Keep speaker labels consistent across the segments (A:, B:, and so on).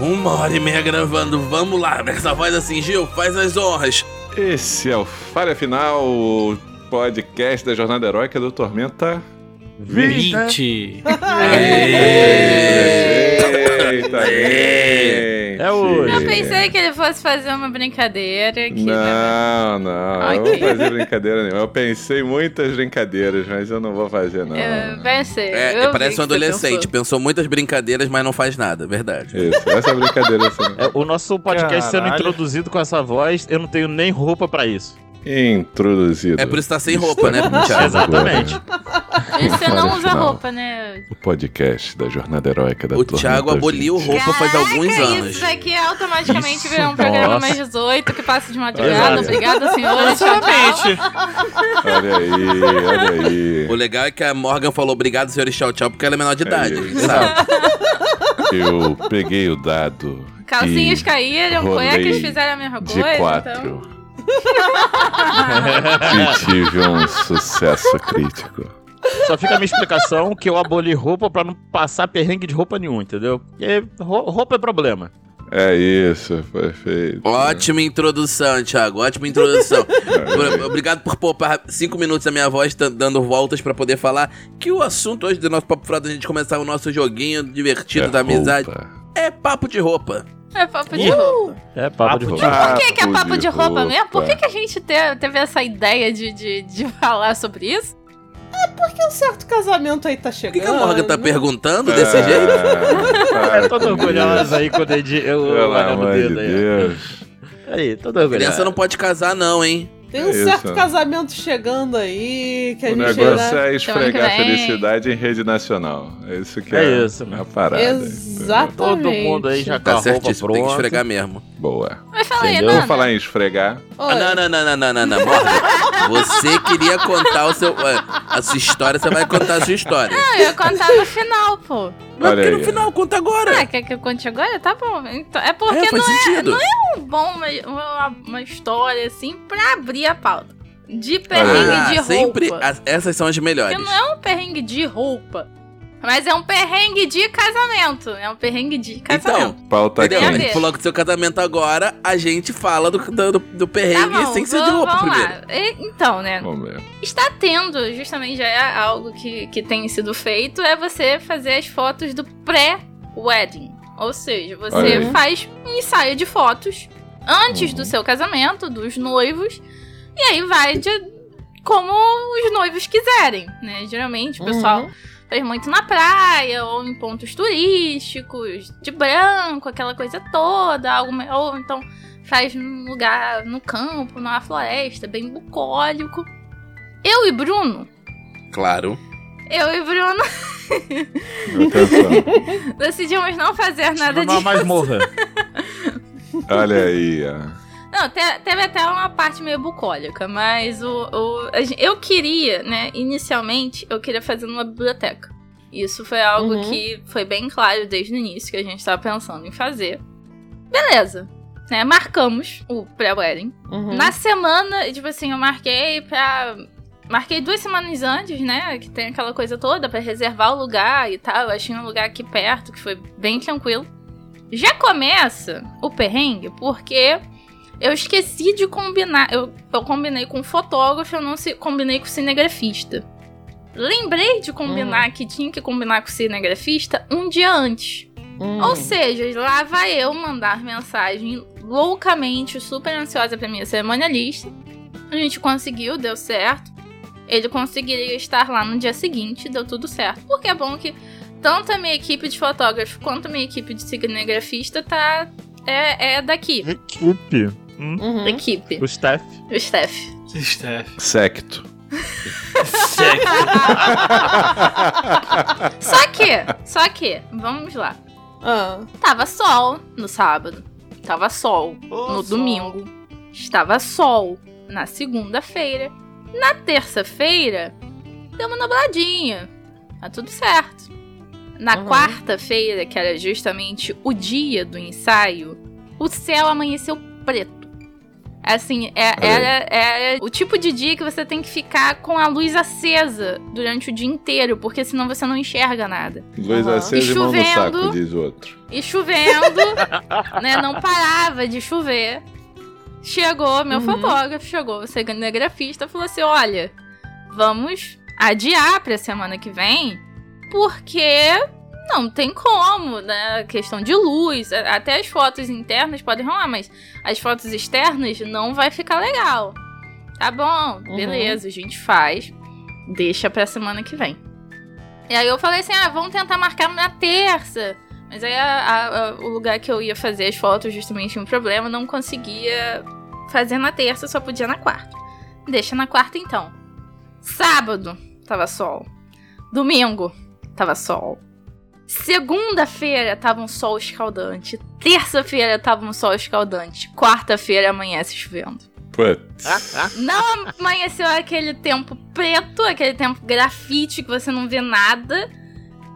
A: Uma hora e meia gravando, vamos lá, nessa voz assim, Gil, faz as honras.
B: Esse é o Falha Final, o podcast da Jornada Heróica do Tormenta.
C: 20!
B: Eita, bem.
C: É hoje.
D: Eu pensei que ele fosse fazer uma brincadeira. Que
B: Não, não,
D: Ai,
B: eu não vou
D: que-
B: fazer brincadeira nenhuma. Eu pensei em muitas brincadeiras, mas eu não vou fazer, não.
D: Eu pensei.
A: É,
D: eu vi
A: parece um
D: que você
A: adolescente, pensou muitas brincadeiras, mas não faz nada, verdade.
B: Isso, essa é a brincadeira assim.
C: É, o nosso podcast sendo
E: Caralho.
C: introduzido com essa voz, eu não tenho nem roupa pra isso.
B: Introduzido.
A: É por isso que tá sem roupa, né, Thiago?
C: Exatamente.
D: pensou. E Você não
B: Olha,
D: usa
B: afinal.
D: roupa, né?
B: O podcast da Jornada Heróica da
A: O
B: Tormenta
A: Thiago aboliu
B: 20.
A: roupa faz alguns
D: Caraca,
A: anos.
D: Isso daqui é automaticamente
C: Isso,
D: virou um programa
C: nossa.
D: mais 18 que passa de madrugada.
C: Exato.
D: Obrigada, senhora. Tchau, tchau.
C: Exatamente.
B: Olha aí, olha aí.
A: O legal é que a Morgan falou obrigado, senhor tchau, tchau, porque ela é menor de idade,
B: Aí.
A: sabe?
B: Eu peguei o dado.
D: Calcinhas
B: e
D: caíram,
B: rolei
D: cuecas fizeram a mesma
B: de
D: coisa. Então...
B: quatro.
F: então?
B: E tive um sucesso crítico.
C: Só fica a minha explicação que eu aboli roupa pra não passar perrengue de roupa nenhum, entendeu? Porque ro- roupa é problema.
B: É isso, É perfeito.
A: Ótima introdução, Thiago, ótima
B: É.
A: introdução. Por- Obrigado por poupar cinco minutos da minha voz tan- dando voltas pra poder falar que o assunto hoje do nosso Papo Furado, a gente começar o nosso joguinho divertido
B: É
A: da amizade,
B: roupa.
A: é papo de roupa.
D: É papo de
C: Ih,
D: roupa.
C: É papo de roupa.
D: Por que, que é papo de roupa,
B: roupa.
D: mesmo? Por que, que a gente te- teve essa ideia de, de, de falar sobre isso?
G: Porque um certo casamento aí tá
A: O
G: chegando.
A: que, que a
D: Ah,
A: Morgan
D: né?
A: tá perguntando
B: Ah,
A: desse jeito?
B: para
C: É toda
B: com isso.
C: orgulhosa aí quando eu, eu, eu
B: Pelo
C: olhava o
B: amor de
C: dedo aí.
B: Deus.
C: Aí, toda orgulhosa.
A: Criança não pode casar, não, hein?
G: Tem um
B: Isso.
G: certo casamento chegando aí, que a
B: O
G: gente
B: negócio
G: irá-
B: é esfregar
D: Semana que vem.
B: felicidade em rede nacional. É isso que é.
C: É isso,
B: A
C: mano.
B: parada.
G: Exatamente.
C: Todo mundo aí já com
A: Tá
C: a roupa
A: certíssimo, tem que
C: pronta.
A: esfregar mesmo.
B: Boa.
D: Mas fala aí,
C: Entendeu?
B: Vou
D: Nana.
B: falar em esfregar.
G: Oi.
A: Ah, não, não, não, não, não, não, não, Morgan. Você queria contar o seu, a, a sua história, você vai contar a sua história.
D: Não, eu ia contar no final, pô.
A: Mas
B: Olha
A: porque no
B: aí.
A: final, conta
D: Ah,
A: agora.
D: quer que eu conte agora? Tá bom. Então, é porque
A: É, faz
D: não
A: sentido.
D: é um bom uma, uma- uma história, assim, pra abrir a pauta. De perrengue
A: Ah,
D: de roupa.
A: sempre as- essas são as melhores.
D: Porque não é um perrengue de roupa. Mas é um perrengue de casamento. É um perrengue de
A: Então,
D: casamento. Tá
B: Pauta
A: Entendeu?
D: Tem a
A: A
B: quente.
D: ver.
A: Tá gente falou do seu casamento agora, a gente fala do, do, do perrengue sem ser de
D: Tá vamos-
A: roupa
D: vamos
A: primeiro.
D: lá. E- então, né?
B: Vamos ver.
D: está tendo, justamente já é algo que, que tem sido feito, é você fazer as fotos do pré-wedding. Ou seja,
B: Olha
D: você
B: aí.
D: faz um ensaio de fotos antes
B: Uhum.
D: do seu casamento, dos noivos, e aí vai de como os noivos quiserem, né? Geralmente o pessoal
G: Uhum.
D: faz muito na praia ou em pontos turísticos, de branco, aquela coisa toda, algo, me- ou então faz num lugar no campo, numa floresta, bem bucólico. Eu e Bruno,
A: Claro.
D: eu e Bruno
B: Atenção.
D: decidimos não fazer nada
C: Não,
D: disso.
C: mas morra.
B: Olha aí. ó.
D: Não, te- teve até uma parte meio bucólica, mas o, o- a gen- eu queria, né, inicialmente, eu queria fazer numa biblioteca. Isso foi algo
G: Uhum.
D: que foi bem claro desde o início que a gente estava pensando em fazer. Beleza, né, marcamos o pré-wedding.
G: Uhum.
D: Na semana, tipo assim, eu marquei pra. Marquei duas semanas antes, né? Que tem aquela coisa toda pra reservar o lugar e tal. Eu achei um lugar aqui perto que foi bem tranquilo. Já começa o perrengue porque eu esqueci de combinar. Eu, eu combinei com um fotógrafo, eu não se, combinei com o cinegrafista. Lembrei de combinar que tinha que combinar com o cinegrafista um dia antes.
G: Hum.
D: Ou seja, lá vai eu mandar mensagem loucamente, super ansiosa pra minha cerimonialista. A gente conseguiu, deu certo. Ele conseguiria estar lá no dia seguinte, deu tudo certo. Porque é bom que tanto a minha equipe de fotógrafo quanto a minha equipe de cinegrafista tá. É, é daqui,
C: Equipe. Hum?
G: Uhum.
D: da equipe,
C: O staff.
D: o Steph.
E: Steph.
B: Secto.
D: Só que, só que, vamos lá.
G: Ah.
D: Tava sol no sábado. Tava sol. no domingo. Estava sol na segunda-feira. Na terça-feira, deu uma nubladinha. Tá tudo certo. Na
G: Uhum.
D: quarta-feira, que era justamente o dia do ensaio, o céu amanheceu preto. Assim, é,
B: Olha aí.
D: é- é o tipo de dia que você tem que ficar com a luz acesa durante o dia inteiro, porque senão você não enxerga nada.
B: Luz
G: Aham.
B: acesa e
D: E
B: mão no
D: chovendo.
B: saco, diz o outro.
D: E chovendo, né? Não parava de chover. Chegou, meu
G: Uhum.
D: fotógrafo chegou, o cinegrafista, falou assim: olha, vamos adiar pra semana que vem, porque não tem como, né? Questão de luz, a- até as fotos internas podem rolar, mas as fotos externas não vai ficar legal. Tá bom,
G: Uhum.
D: beleza, a gente faz, deixa pra semana que vem. E aí eu falei assim: ah, vamos tentar marcar na terça. Mas aí a- a- a- o lugar que eu ia fazer as fotos justamente tinha um problema, não conseguia fazer na terça, só podia na quarta. Deixa na quarta então. Sábado tava sol. Domingo tava sol. Segunda-feira tava um sol escaldante. Terça-feira tava um sol escaldante. Quarta-feira amanhece chovendo.
B: Putz.
D: Não amanheceu aquele tempo preto, aquele tempo grafite que você não vê nada,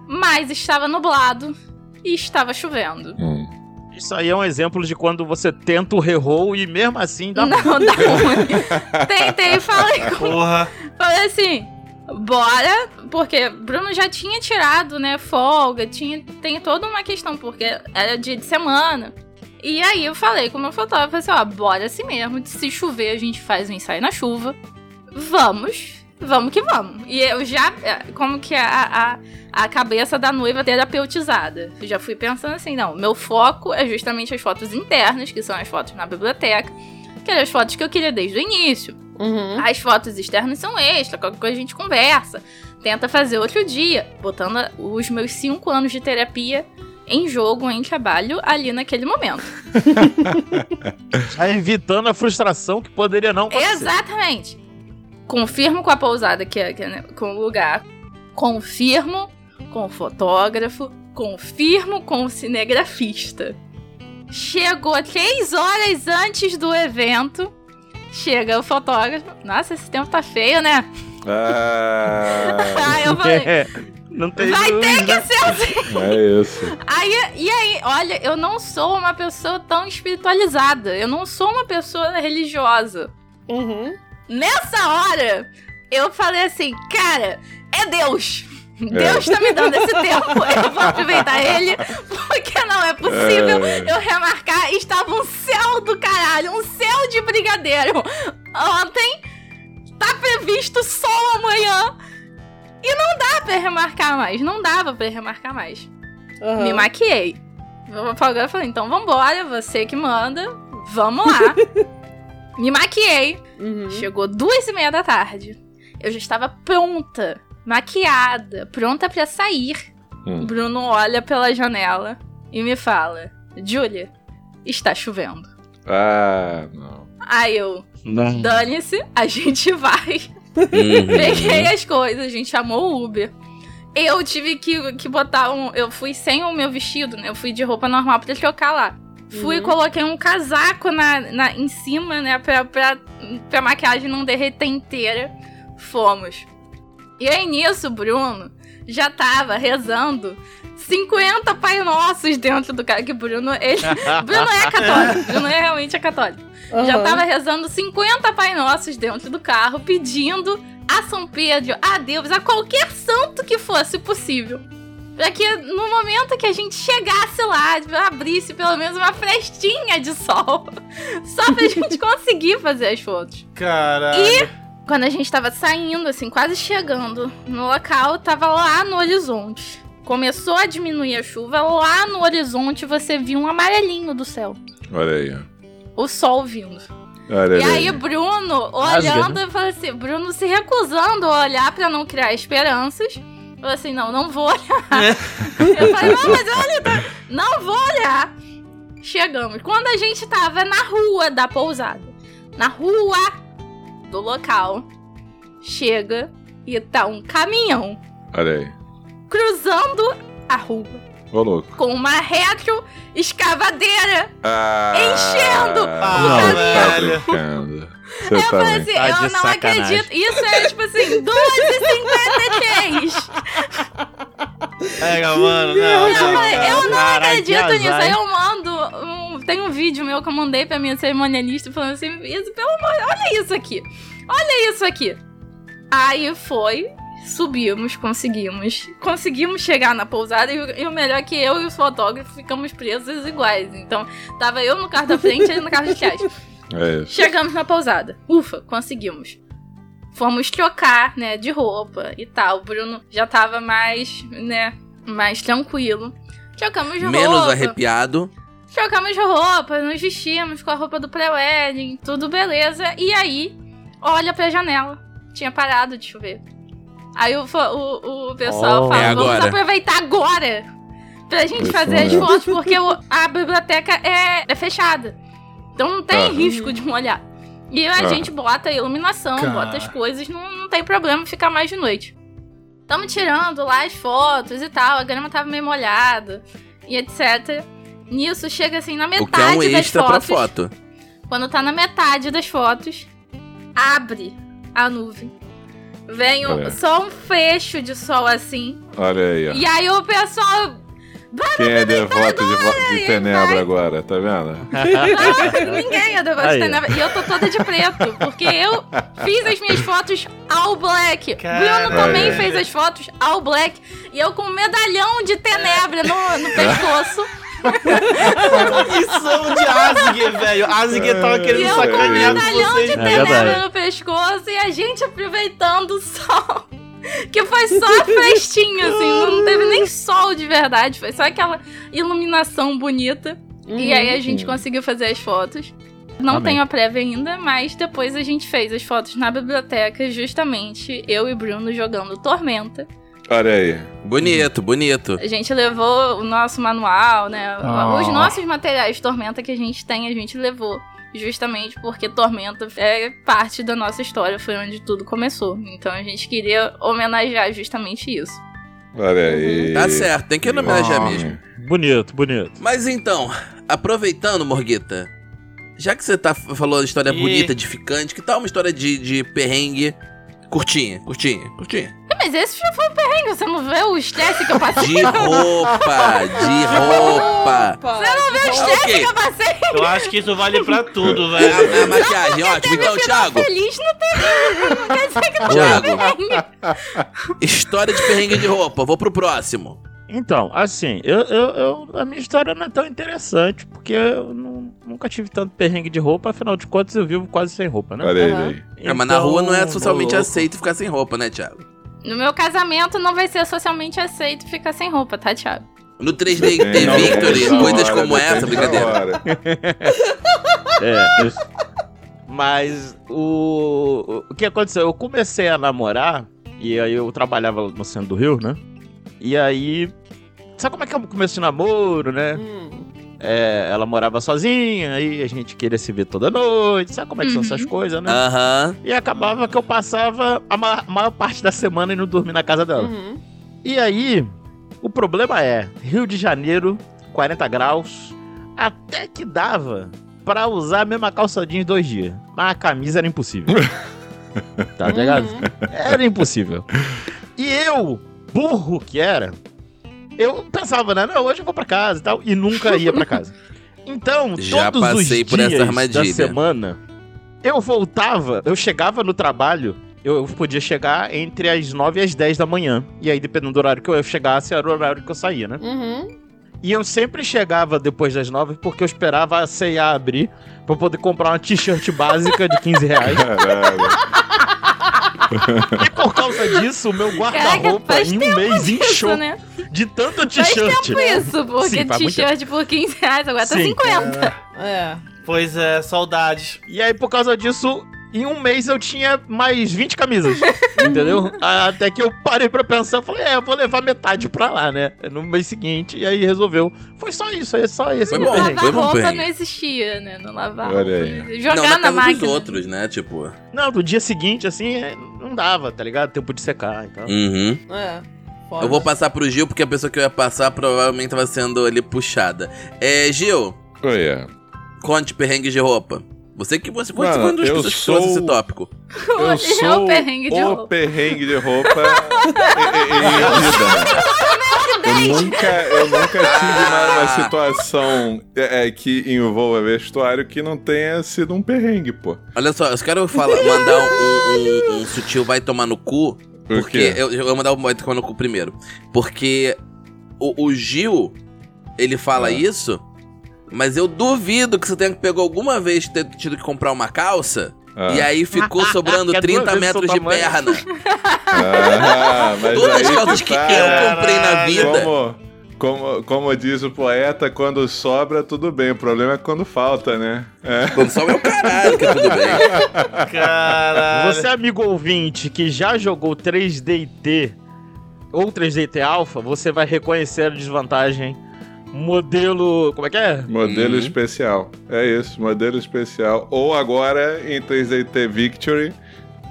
D: mas estava nublado e estava chovendo.
B: Hum.
C: Isso aí é um exemplo de quando você tenta o reroll e mesmo assim dá
D: não, dá ruim. Tentei e falei, com-
E: Porra.
D: falei assim, bora, porque Bruno já tinha tirado, né, folga, tinha, tem toda uma questão, porque era dia de semana. E aí eu falei com o meu fotógrafo, assim, ó, bora assim mesmo, se chover a gente faz um ensaio na chuva, vamos... Vamos que vamos. E eu já. é, Como que é a, a, a cabeça da noiva terapeutizada? Eu já fui pensando assim: não, meu foco é justamente as fotos internas, que são as fotos na biblioteca, que eram as fotos que eu queria desde o início.
G: Uhum.
D: As fotos externas são extra, qualquer coisa a gente conversa. Tenta fazer outro dia, botando os meus cinco anos de terapia em jogo, em trabalho, ali naquele momento.
C: já
F: Tá
C: evitando a frustração que poderia não acontecer.
D: Exatamente. Confirmo com a pousada, que é, que é, né, com o lugar. Confirmo com o fotógrafo. Confirmo com o cinegrafista. Chegou três horas antes do evento. Chega o fotógrafo. Nossa, esse tempo tá feio, né?
B: Ah,
D: Aí eu falei.
C: É, não tem
D: Vai
C: luz,
D: ter que ser assim.
B: é isso.
D: Aí, e aí, olha, eu não sou uma pessoa tão espiritualizada. Eu não sou uma pessoa religiosa.
G: Uhum.
D: Nessa hora, eu falei assim, cara, é Deus. Deus tá me dando esse tempo. Eu vou aproveitar ele, porque não é possível
B: É.
D: eu remarcar. Estava um céu do caralho, um céu de brigadeiro. Ontem tá previsto sol amanhã. E não dá pra remarcar mais. Não dava pra remarcar mais.
G: Aham.
D: Me maquiei. Vou pra agora e falei, então vambora, você que manda. Vamos lá. Me maquiei.
G: Uhum.
D: Chegou duas e meia da tarde. Eu já estava pronta, maquiada, pronta pra sair.
B: Hum.
D: Bruno olha pela janela e me fala: Julia, está chovendo.
B: Ah, não.
D: Aí eu,
F: Hum.
C: Não.
D: dane-se, a gente vai.
A: Uhum.
D: Peguei as coisas, a gente chamou o Uber. Eu tive que, que botar um. Eu fui sem o meu vestido, né? Eu fui de roupa normal pra trocar lá. Fui e
G: Uhum.
D: coloquei um casaco na, na, em cima, né? Pra, pra, pra maquiagem não derreter inteira. Fomos. E aí nisso, o Bruno já tava rezando 50 Pai Nossos dentro do carro. Que Bruno, ele. Bruno é católico. Bruno é realmente é católico. Já
G: Aham.
D: tava rezando 50 Pai Nossos dentro do carro, pedindo a São Pedro, a Deus, a qualquer santo que fosse possível. Pra que no momento que a gente chegasse lá, abrisse pelo menos uma frestinha de sol. Só pra gente conseguir fazer as fotos.
E: Caralho.
D: Quando a gente tava saindo, assim, quase chegando no local, tava lá no horizonte. Começou a diminuir a chuva, lá no horizonte você viu um amarelinho do céu.
B: Olha aí. ó.
D: O sol vindo.
B: Olha
D: E aí,
B: aí.
D: Bruno
C: Rasga, né?
D: olhando, eu falei assim: Bruno se recusando a olhar pra não criar esperanças. Falou assim: não, não vou olhar.
C: É.
D: Eu falei: não, mas olha, tá- não vou olhar. Chegamos. Quando a gente tava na rua da pousada, na rua do local, chega e tá um caminhão
B: Olha aí.
D: cruzando a rua
B: Ô, louco.
D: com uma retro escavadeira
B: Ah,
D: Enchendo!
E: Ah,
B: você tá
E: velho.
B: brincando. Você
D: Eu
B: tá
D: falei
B: brincando.
D: assim,
C: Tá
D: eu
C: de
D: não
C: sacanagem.
D: acredito. Isso é tipo assim, 2h53.
E: Pega, mano. Não,
D: Eu falei, eu não
C: Caraca, que
D: acredito nisso.
C: azar,
D: Aí
C: hein?
D: eu mando um tem um vídeo meu que eu mandei pra minha cerimonialista falando assim, "Isa, pelo amor, olha isso aqui. Olha isso aqui. Aí foi, subimos, conseguimos. Conseguimos chegar na pousada e, o- e o melhor é que eu e os fotógrafos ficamos presos iguais. Então, tava eu no carro da frente e ele no carro de trás.
B: É.
D: Chegamos na pousada. Ufa, conseguimos. Fomos trocar, né, de roupa e tal. O Bruno já tava mais, né, mais tranquilo. Trocamos de
A: Menos
D: roupa.
A: arrepiado.
D: Trocamos de roupa, nos vestimos com a roupa do pré-wedding, tudo beleza. E aí, olha pra janela. Tinha parado de chover. Aí o, fo- o, o pessoal
F: Oh.
D: fala,
A: É
D: vamos
A: agora."
D: aproveitar agora pra gente fazer as
B: Impressionante.
D: fotos, porque o- a biblioteca é, é fechada. Então não tem
B: Aham.
D: risco de molhar. E a
B: Ah.
D: gente bota a iluminação,
H: Cara.
D: bota as coisas, não, não tem problema ficar mais de noite. Tamo tirando lá as fotos e tal, a grama tava meio molhada e etc. Nisso chega assim na
A: O
D: metade
A: que é um
D: das
A: extra pra
D: fotos.
A: foto.
D: Quando tá na metade das fotos, abre a nuvem. Vem um-
B: É.
D: só um fecho de sol assim.
B: Olha
A: É.
B: aí, ó.
D: E aí o pessoal
B: Quem é devoto de, vo- de Tenebra agora, tá vendo?
D: Não, ninguém é devoto de
F: Aí.
D: Tenebra. E eu tô toda de preto, porque eu fiz as minhas fotos all black.
H: Cara.
D: Bruno também
B: É.
D: fez as fotos all black. E eu com um medalhão de Tenebra no,
A: É.
D: no pescoção.
H: Condição de Asger, velho. Asger tava
D: E
H: querendo
D: eu com um
H: sacanear com
D: medalhão de
H: vocês.
F: É verdade.
D: Tenebra no pescoço. E a gente aproveitando o sol. Que foi só a festinha, assim. Não teve nem sol de verdade. Foi só aquela iluminação bonita. E aí a gente conseguiu fazer as fotos. Não
F: Uhum. Amém.
D: tenho a prévia ainda, mas depois a gente fez as fotos na biblioteca, justamente eu e Bruno jogando Tormenta.
B: Olha aí.
A: Bonito, bonito.
D: A gente levou o nosso manual, né?
H: Ah.
D: Os nossos materiais de Tormenta que a gente tem, a gente levou. Justamente porque Tormenta é parte da nossa história, foi onde tudo começou. Então a gente queria homenagear justamente isso.
B: Olha aí.
A: Tá certo, tem que homenagear mesmo.
F: Bonito, bonito.
A: Mas então, aproveitando, Morguita, já que você tá, falou a história
H: Ih.
A: bonita, edificante, que tal uma história de, de perrengue curtinha, curtinha, curtinha?
D: Ah, Mas esse já foi um perrengue, você não vê o estresse que eu passei?
A: De roupa, de
G: Uhum.
A: roupa.
G: Você não vê
A: Ah, ok,
D: Eu passei
H: Eu acho que isso vale pra tudo,
A: a, a
H: velho.
A: maquiagem, ótimo. Então, Thiago,
D: feliz, não tem. Não quer dizer que não
A: Thiago.
D: tem perrengue.
A: história de perrengue de roupa, vou pro próximo.
F: Então, assim, eu, eu- eu- a minha história não é tão interessante, porque eu nu- nunca tive tanto perrengue de roupa, afinal de contas eu vivo quase sem roupa, né?
B: Olha
G: Aham.
B: ele aí.
A: É, mas na
F: Então,
A: rua não é socialmente
F: ô, louco.
A: aceito ficar sem roupa, né, Thiago?
D: No meu casamento não vai ser socialmente aceito ficar sem roupa, tá, Thiago?
A: No 3D
B: Depende da
A: Victory,
B: hora,
A: coisas como
B: depende
A: essa,
B: da
A: brincadeira.
B: hora.
F: É, isso. Mas o, o que aconteceu? Eu comecei a namorar, e aí eu trabalhava no centro do Rio, né? E aí. Sabe como é que é o começo de namoro, né? É, ela morava sozinha, aí a gente queria se ver toda noite, sabe como é que
D: Uhum.
F: são essas coisas, né?
A: Aham.
F: E acabava que eu passava a ma- maior parte da semana e não dormia na casa dela.
G: Uhum.
F: E aí, o problema é, Rio de Janeiro, 40 graus, até que dava pra usar a mesma calça jeans dois dias. Mas a camisa era impossível. tá ligado? Era impossível. E eu, burro que era, eu pensava, né? Não, hoje eu vou pra casa e tal. E nunca ia pra casa. Então,
A: Já
F: todos os
A: passei
F: dias
A: por essa armadilha.
F: da semana, eu voltava, eu chegava no trabalho, eu eu podia chegar entre as 9 e as 10 da manhã. E aí, dependendo do horário que eu chegasse, era o horário que eu saía, né?
G: Uhum.
F: E eu sempre chegava depois das 9 porque eu esperava a C&A abrir pra eu poder comprar uma t-shirt básica de 15 reais.
B: Caralho.
F: E por causa disso, o meu guarda-roupa
D: faz
F: em um mês
D: Isso,
F: inchou
D: né?
F: de tanta
D: Faz
F: t-shirt.
D: tempo isso, porque
F: Sim, faz muito
D: t-shirt por 15 reais, agora tá
F: Sim.
D: 50.
G: É.
H: Pois é, saudades.
F: E aí, por causa disso, em um mês eu tinha mais 20 camisas. entendeu? Até que eu parei pra pensar, falei, é, eu vou levar metade pra lá, né? No mês seguinte, e aí resolveu. Foi só isso, é só esse.
A: Foi
F: meu
A: bom.
F: perrengue.
D: Lavar
A: Foi bom
D: roupa
A: perrengue.
D: não existia, né? Não lavar
B: Olha
D: roupa.
B: aí.
D: Jogar
A: não, na,
D: na,
A: casa
D: máquina.
A: dos outros, né? Tipo.
F: Não, do dia seguinte, assim, é, não dava, tá ligado? Tempo de secar e tal.
A: Uhum.
G: É. Foda.
A: Eu vou passar pro Gil, porque a pessoa que eu ia passar provavelmente tava sendo ali puxada. É, Gil,
B: Oi, é.
A: conte perrengue de roupa. Você que você, você
B: Mano,
A: foi um dos
B: eu
A: pessoas
B: sou-
A: que trouxe esse tópico.
D: É
B: Eu
D: o
B: sou
D: perrengue de
B: o
D: roupa.
B: perrengue de roupa e, e- e vida.
D: Mas-
B: nunca, eu nunca tive uma, uma
D: Ah.
B: situação é, é, que envolva vestuário que não tenha sido um perrengue, pô.
A: Olha só, eu só quero falar, mandar um, um- um sutil vai tomar no cu,
B: Por
A: porque
B: quê?
A: eu, eu vou mandar um vai tomar no cu primeiro. Porque o, o Gil, ele fala
B: Ah.
A: isso, mas eu duvido que você tenha que pegar alguma vez ter tido que comprar uma calça
B: Ah,
A: e aí ficou sobrando
C: Que é duas
A: 30
C: vezes
A: metros
C: seu
A: de
C: tamanho.
A: perna.
B: ah, mas
A: Todas as
B: aí
A: calças
B: que
A: que,
B: tá,
A: eu comprei na
E: Caralho.
A: vida.
B: Como, como, como diz o poeta, quando sobra, tudo bem. O problema é quando falta, né? É.
A: Quando só meu caralho, que é tudo bem.
E: Caralho.
C: Você, amigo ouvinte, que já jogou 3DT ou 3DT Alpha, você vai reconhecer a desvantagem modelo. Como é que é?
B: Modelo
A: Uhum.
B: especial. É isso, modelo especial. Ou agora em 3DT Victory.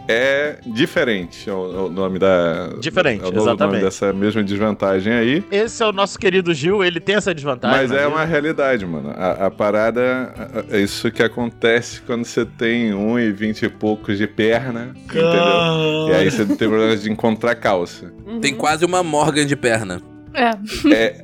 B: É diferente é o, o nome da.
C: Diferente,
B: é o novo Nome
C: exatamente.
B: dessa mesma desvantagem aí.
C: Esse é o nosso querido Gil, ele tem essa desvantagem.
B: Mas
C: né,
B: é
C: Gil?
B: uma
E: Ah.
B: realidade, mano. A, a parada a- é isso que acontece quando você tem um e vinte e poucos de perna, entendeu? E aí você tem problemas de encontrar calça.
G: Uhum.
A: Tem quase uma Morgan de perna.
D: É.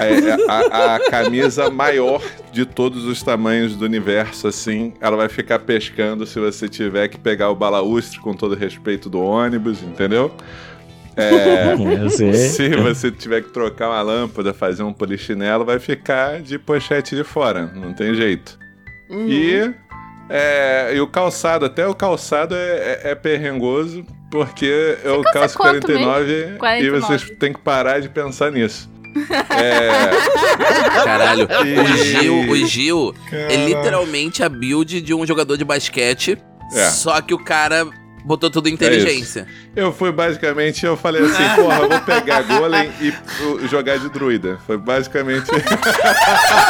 B: É, a, a camisa maior de todos os tamanhos do universo, assim, ela vai ficar pescando se você tiver que pegar o balaústre com todo respeito do ônibus, entendeu? É,
C: Eu sei.
B: se você tiver que trocar uma lâmpada, fazer um polichinelo, vai ficar de pochete de fora, não tem jeito.
G: Uhum.
B: E, é, e o calçado, até o calçado é, é- é perrengoso, porque eu calço
D: quanto
B: 49, e
D: 49.
B: vocês têm que parar de pensar nisso. É,
A: Caralho. O
B: e-
A: Gil, o Gil é literalmente a build de um jogador de basquete.
B: É.
A: Só que o cara botou tudo em inteligência.
B: Eu fui basicamente, eu falei assim, porra, eu vou pegar golem e uh, jogar de druida. Foi basicamente.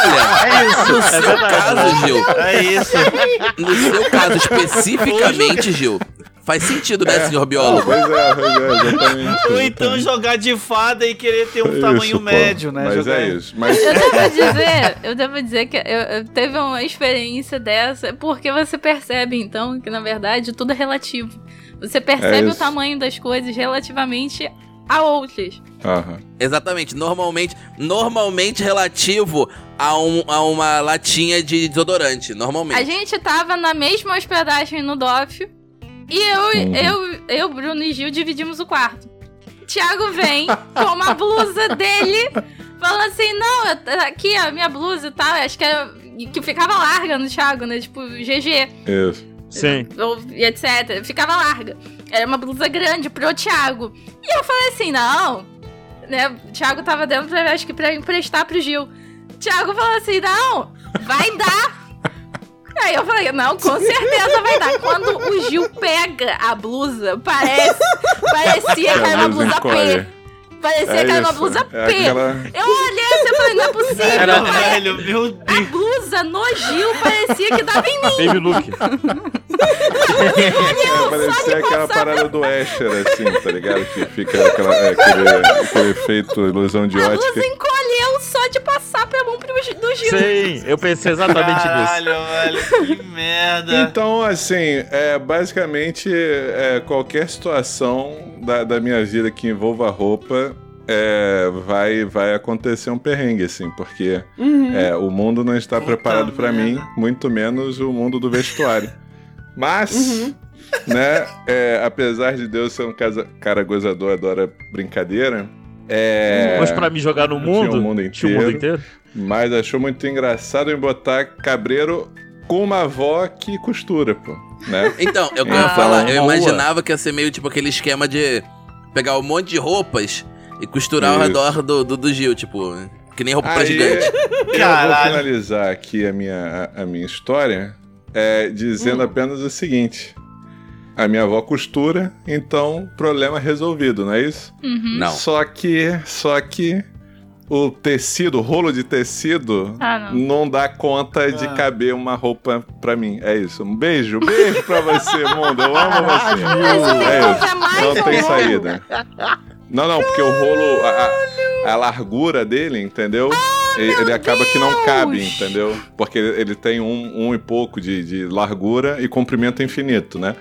A: Olha,
C: É isso.
A: no
C: é
A: seu
C: verdade.
A: caso, Gil,
E: É isso.
A: no seu caso especificamente, Gil, faz sentido, né, senhor biólogo?
B: Pois é, pois é, exatamente.
E: Ou então jogar de fada e querer ter um
B: Isso,
E: tamanho
B: pô.
E: médio, né?
B: Mas
E: jogar...
B: é isso. Mas
D: Eu devo dizer, eu devo dizer que eu, eu teve uma experiência dessa, é porque você percebe então que na verdade tudo é relativo. Você percebe o
B: É isso.
D: tamanho das coisas relativamente a outras.
B: Aham.
A: Exatamente. Normalmente, normalmente relativo a, um- a uma latinha de desodorante. Normalmente.
D: A gente tava na mesma hospedagem no DOF e eu, eu, eu, Bruno e Gil dividimos o quarto. Tiago vem com uma blusa dele, fala assim: não, eu- tá aqui a minha blusa e tal, acho que, é- que ficava larga no Thiago, né? Tipo, GG.
B: Isso.
C: Sim.
D: ou e etc. Ficava larga. Era uma blusa grande pro Thiago. E eu falei assim, não. Né, o Thiago tava dentro, pra- acho que pra emprestar pro Gil. O Thiago falou assim, não, vai dar. Aí eu falei, não, com certeza vai dar. Quando o Gil pega a blusa, parece, parecia que era uma blusa P. Parecia que era uma blusa P.
B: É aquela...
D: Eu olhei assim e falei, não é possível.
E: Era
D: pare-
E: velho, meu Deus.
D: A blusa no Gil parecia que dava em mim.
C: Baby Luke.
B: É, parecia aquela parada do Escher, assim, tá ligado? Que fica aquela- é, aquele, aquele efeito, ilusão de
D: A blusa
B: ótica.
D: encolheu só de passar pela mão pro, do Gil.
C: Sim, eu pensei exatamente nisso.
E: Caralho, velho, que merda.
B: Então, assim, é, basicamente, é, qualquer situação da, da minha vida que envolva roupa é, vai, vai acontecer um perrengue, assim, porque
G: Uhum.
B: é, o mundo não está
E: Puta
B: preparado pra mim,
E: merda.
B: muito menos o mundo do vestuário. Mas,
G: Uhum.
B: né, é, apesar de Deus ser um casa- cara gozador, adora brincadeira, é...
C: Mas pra me jogar no
B: Tinha
C: mundo.
B: o mundo
C: Tinha o mundo
B: inteiro.
C: inteiro.
B: Mas achou muito engraçado em botar cabreiro com uma avó que costura, pô. Né?
A: Então, eu, eu
B: Então,
A: ia falar, eu
C: boa.
A: imaginava que ia ser meio tipo aquele esquema de pegar um monte de roupas e costurar ao
B: Isso.
A: redor do, do, do Gil, tipo, que nem roupa pra
B: Aí,
A: gigante.
B: Eu vou
E: Caralho.
B: finalizar aqui a minha, a, a minha história é, dizendo
A: Hum.
B: apenas o seguinte. A minha avó costura, então problema resolvido, não é isso?
D: Uhum.
A: Não.
B: Só que, só que o tecido, o rolo de tecido
D: Ah, não.
B: não dá conta de
E: Ah.
B: caber uma roupa pra mim. É isso. Um beijo, beijo pra você, mundo. Eu amo você.
D: Mas você
B: É
D: tem que
B: isso.
D: comprar mais
B: Não
D: um
B: tem
D: rolo.
B: saída. Não, não, porque o rolo, a- a, a largura dele, entendeu? ele ele acaba que não cabe,
D: Deus!
B: entendeu? Porque ele tem um, um e pouco de, de largura e comprimento infinito, né?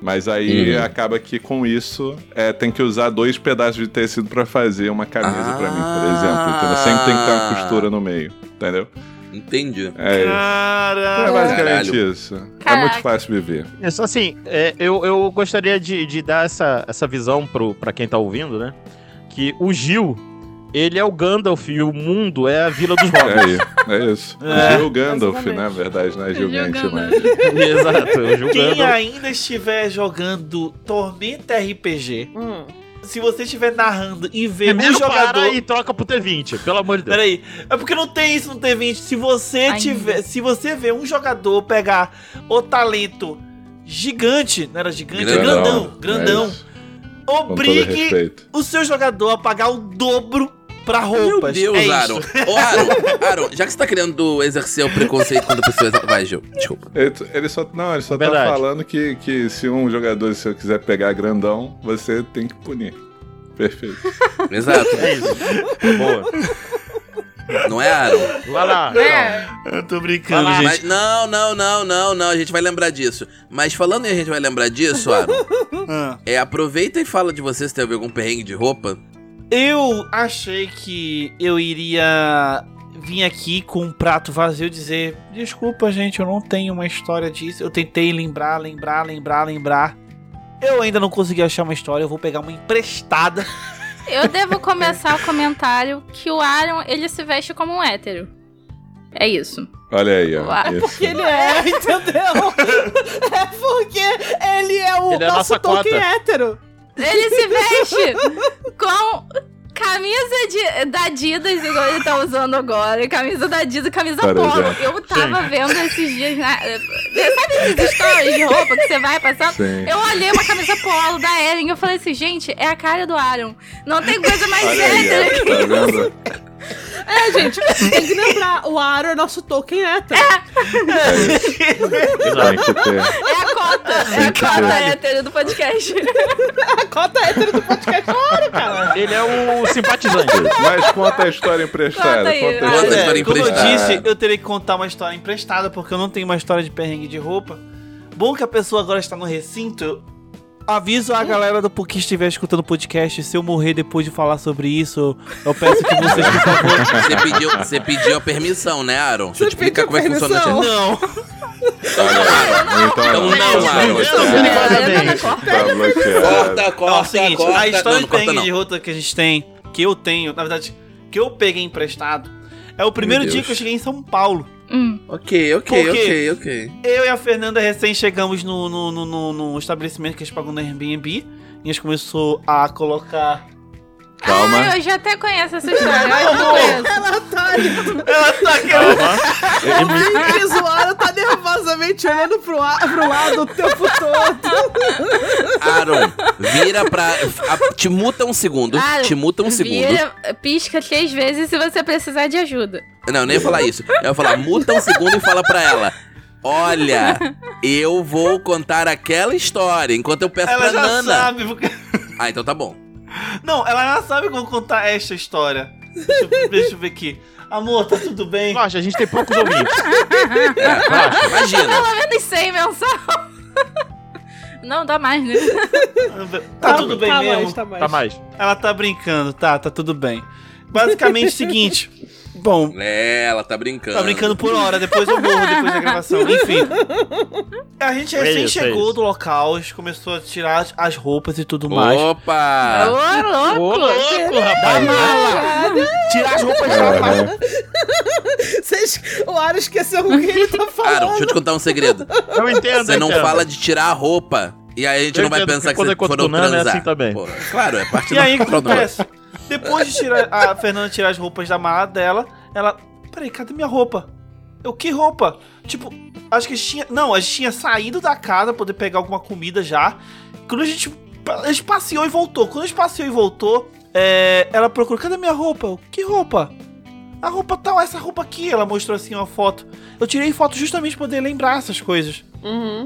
B: Mas aí
A: Uhum.
B: acaba que com isso é, tem que usar dois pedaços de tecido pra fazer uma camisa pra mim, por exemplo. Entendeu? Sempre tem que ter uma costura no meio, entendeu?
A: Entendi.
B: É isso. É
E: Cara.
B: basicamente
A: Caralho.
B: isso. É
D: Caraca.
B: muito fácil viver.
C: É só assim, é, eu, eu gostaria de, de dar essa, essa visão pro, pra quem tá ouvindo, né? Que o Gil, ele é o Gandalf e o mundo é a Vila dos
B: É
C: Hobbits.
B: aí, é isso.
E: É.
B: Gil Gandalf,
G: Basicamente.
B: na verdade, não é Gil
D: Gil
B: Gandalf, mas...
D: Gandalf.
C: Exato, é o Gil
E: Quem
C: Gandalf.
E: ainda estiver jogando Tormenta RPG,
G: Hum.
E: se você estiver narrando e ver um
C: Primeiro para
E: jogador.
C: e troca pro T20, pelo amor de Deus.
E: Peraí, é porque não tem isso no T20. Se você
D: Ainda.
E: tiver. Se você ver um jogador pegar o talento gigante, não era gigante, é grandão,
B: É
E: grandão.
B: isso. Com todo
E: obrigue
B: respeito.
E: o seu jogador a pagar o dobro pra roupas.
A: Meu Deus,
E: é isso.
A: Aaron. Ô, Aaron, Aaron, já que você tá querendo exercer o preconceito contra pessoas. Vai, Gil, desculpa.
B: Ele, ele só, não, ele só
C: Verdade.
B: tá falando que, que se um jogador se eu quiser pegar grandão, você tem que punir. Perfeito.
A: Exato.
C: É isso. Boa.
A: Não é, Aaron?
C: Vai lá.
D: É,
E: Eu tô brincando,
C: Vai lá,
A: Mas,
E: gente.
A: não, não, não, não, não. A gente vai lembrar disso. Mas falando em a gente vai lembrar disso, Aaron,
E: Ah.
A: é, aproveita e fala de você se teve algum perrengue de roupa.
E: Eu achei que eu iria vir aqui com um prato vazio e dizer: Desculpa, gente, eu não tenho uma história disso. Eu tentei lembrar, lembrar, lembrar, lembrar. Eu ainda não consegui achar uma história, eu vou pegar uma emprestada.
D: eu devo começar o comentário que o Aaron, ele se veste como um hétero. É isso.
B: Olha aí, ó.
D: Uau.
B: Isso.
G: Porque ele é, entendeu? é porque ele é o
C: Ele é a
G: nosso
C: nossa
G: Tolkien
C: cota.
G: hétero.
D: Ele se veste com camisa de, da Adidas, igual ele tá usando agora. Camisa da Adidas, camisa
B: Cara,
D: polo.
B: já.
D: Eu tava vendo esses dias, né? Sabe esses stories de roupa que você vai passando?
B: Sim.
D: Eu olhei uma camisa polo da Ellen e eu falei assim, gente, é a cara do Aaron. Não tem coisa mais
B: Olha aí,
D: hétero
B: ó. Tá vendo?
G: É, gente, tem que lembrar, o Aro é nosso Tolkien hétero.
B: Tem que ter.
D: É a cota. É a cota hétero do podcast.
G: A cota hétero do podcast é o Aro, cara.
F: Tá
C: Ele é o simpatizante.
B: Mas conta a história emprestada.
D: Conta aí,
B: conta a
D: vai.
B: história
A: Conta a
E: É,
A: história
E: como eu
A: emprestada.
E: disse, eu terei que contar uma história emprestada, porque eu não tenho uma história de perrengue de roupa. Bom que a pessoa agora está no recinto. eu Aviso a galera do que estiver escutando o podcast, se eu morrer depois de falar sobre isso, eu peço que vocês, por favor,
A: Você pediu, você pediu a permissão, né, Aaron? Deixa eu te
G: Você
A: explicar
G: pediu
A: como é que funciona.
G: permissão?
A: a
E: não.
A: gente. Olha, Aaron. Então não, Aaron.
B: Então
A: Então
B: não,
A: não.
D: Aaron, não é,
B: Tá
D: corta.
B: bloqueado.
A: Corta,
E: Ó, é o
A: corta,
E: seguinte,
A: corta.
E: a história
A: não, não
E: de perrengue
A: corta,
E: de
A: não.
E: rota que a gente tem, que eu tenho, na verdade, que eu peguei emprestado, é o primeiro
A: Meu
E: dia
A: Deus.
E: que eu cheguei em São Paulo.
D: Hum.
A: Ok, ok,
E: Por
A: ok,
E: quê?
A: ok.
E: Eu e a Fernanda recém chegamos no, no, no, no- no estabelecimento que a gente pagou no Airbnb. E a gente começou a colocar.
B: Calma.
D: Ah, eu já até conheço essa história. Eu não conheço.
G: Ela tá ali,
E: Ela tá querendo.
G: Vinícius, o Aro tá nervosamente olhando pro, ar, pro lado o tempo todo.
A: Aaron, vira pra. a- te muta um segundo.
D: Aaron,
A: te muta um segundo.
D: Vira, pisca três vezes se você precisar de ajuda.
A: Não, nem ia falar isso. Eu ia falar, muta um segundo e fala pra ela. Olha, eu vou contar aquela história enquanto eu peço
E: Ela
A: pra
E: já
A: Nana.
E: sabe. Porque...
A: Ah, então tá bom.
E: Não, ela já sabe como contar esta história. Deixa eu, deixa eu ver aqui. Amor, tá tudo bem?
C: Relaxa, a gente tem poucos ouvintes.
A: É, relaxa, imagina.
D: Pelo menos 100 mensal. Não dá mais, né?
E: Tá tudo bem
G: tá
E: mesmo?
G: Mais, tá mais,
C: Tá mais.
E: Ela tá brincando, tá, tá tudo bem. Basicamente é o seguinte. Bom,
A: É, ela tá brincando.
E: Tá brincando por hora, depois eu morro depois da gravação. Enfim. A gente
C: É
E: recém
C: isso, é
E: chegou
C: isso.
E: do local, a gente começou a tirar as- as roupas e tudo mais.
D: Ô,
A: Opa!
D: Tá louco.
C: Ô, louco, rapaz.
G: Caralho,
E: Tirar as roupas já tá-
B: Caralho.
G: Vocês, o Aro esqueceu com quem ele tá
A: Aaron,
G: falando.
A: deixa eu te contar um segredo.
C: Eu entendo,
A: Você
C: eu
A: não
C: entendo.
A: fala de tirar a roupa. E aí a gente
C: Eu
A: não vai
C: entendo,
A: pensar que
C: porque
A: vocês
C: quando é
A: foram
C: cotonando, é
A: transar.
C: assim também.
A: Pô, claro, é parte
E: E
A: do
E: aí o que
A: problema.
D: é?
E: acontece? Depois de tirar a Fernanda tirar as roupas da mala dela, ela. Peraí, cadê minha roupa? Eu que roupa? Tipo, acho que a gente tinha. Não, a gente tinha saído da casa pra poder pegar alguma comida já. Quando a gente. A gente passeou e voltou. Quando a gente passeou e voltou, é, ela procurou: cadê minha roupa? Eu, que roupa? A roupa tal, essa roupa aqui. Ela mostrou assim uma foto. Eu tirei foto justamente pra poder lembrar essas coisas.
G: Uhum.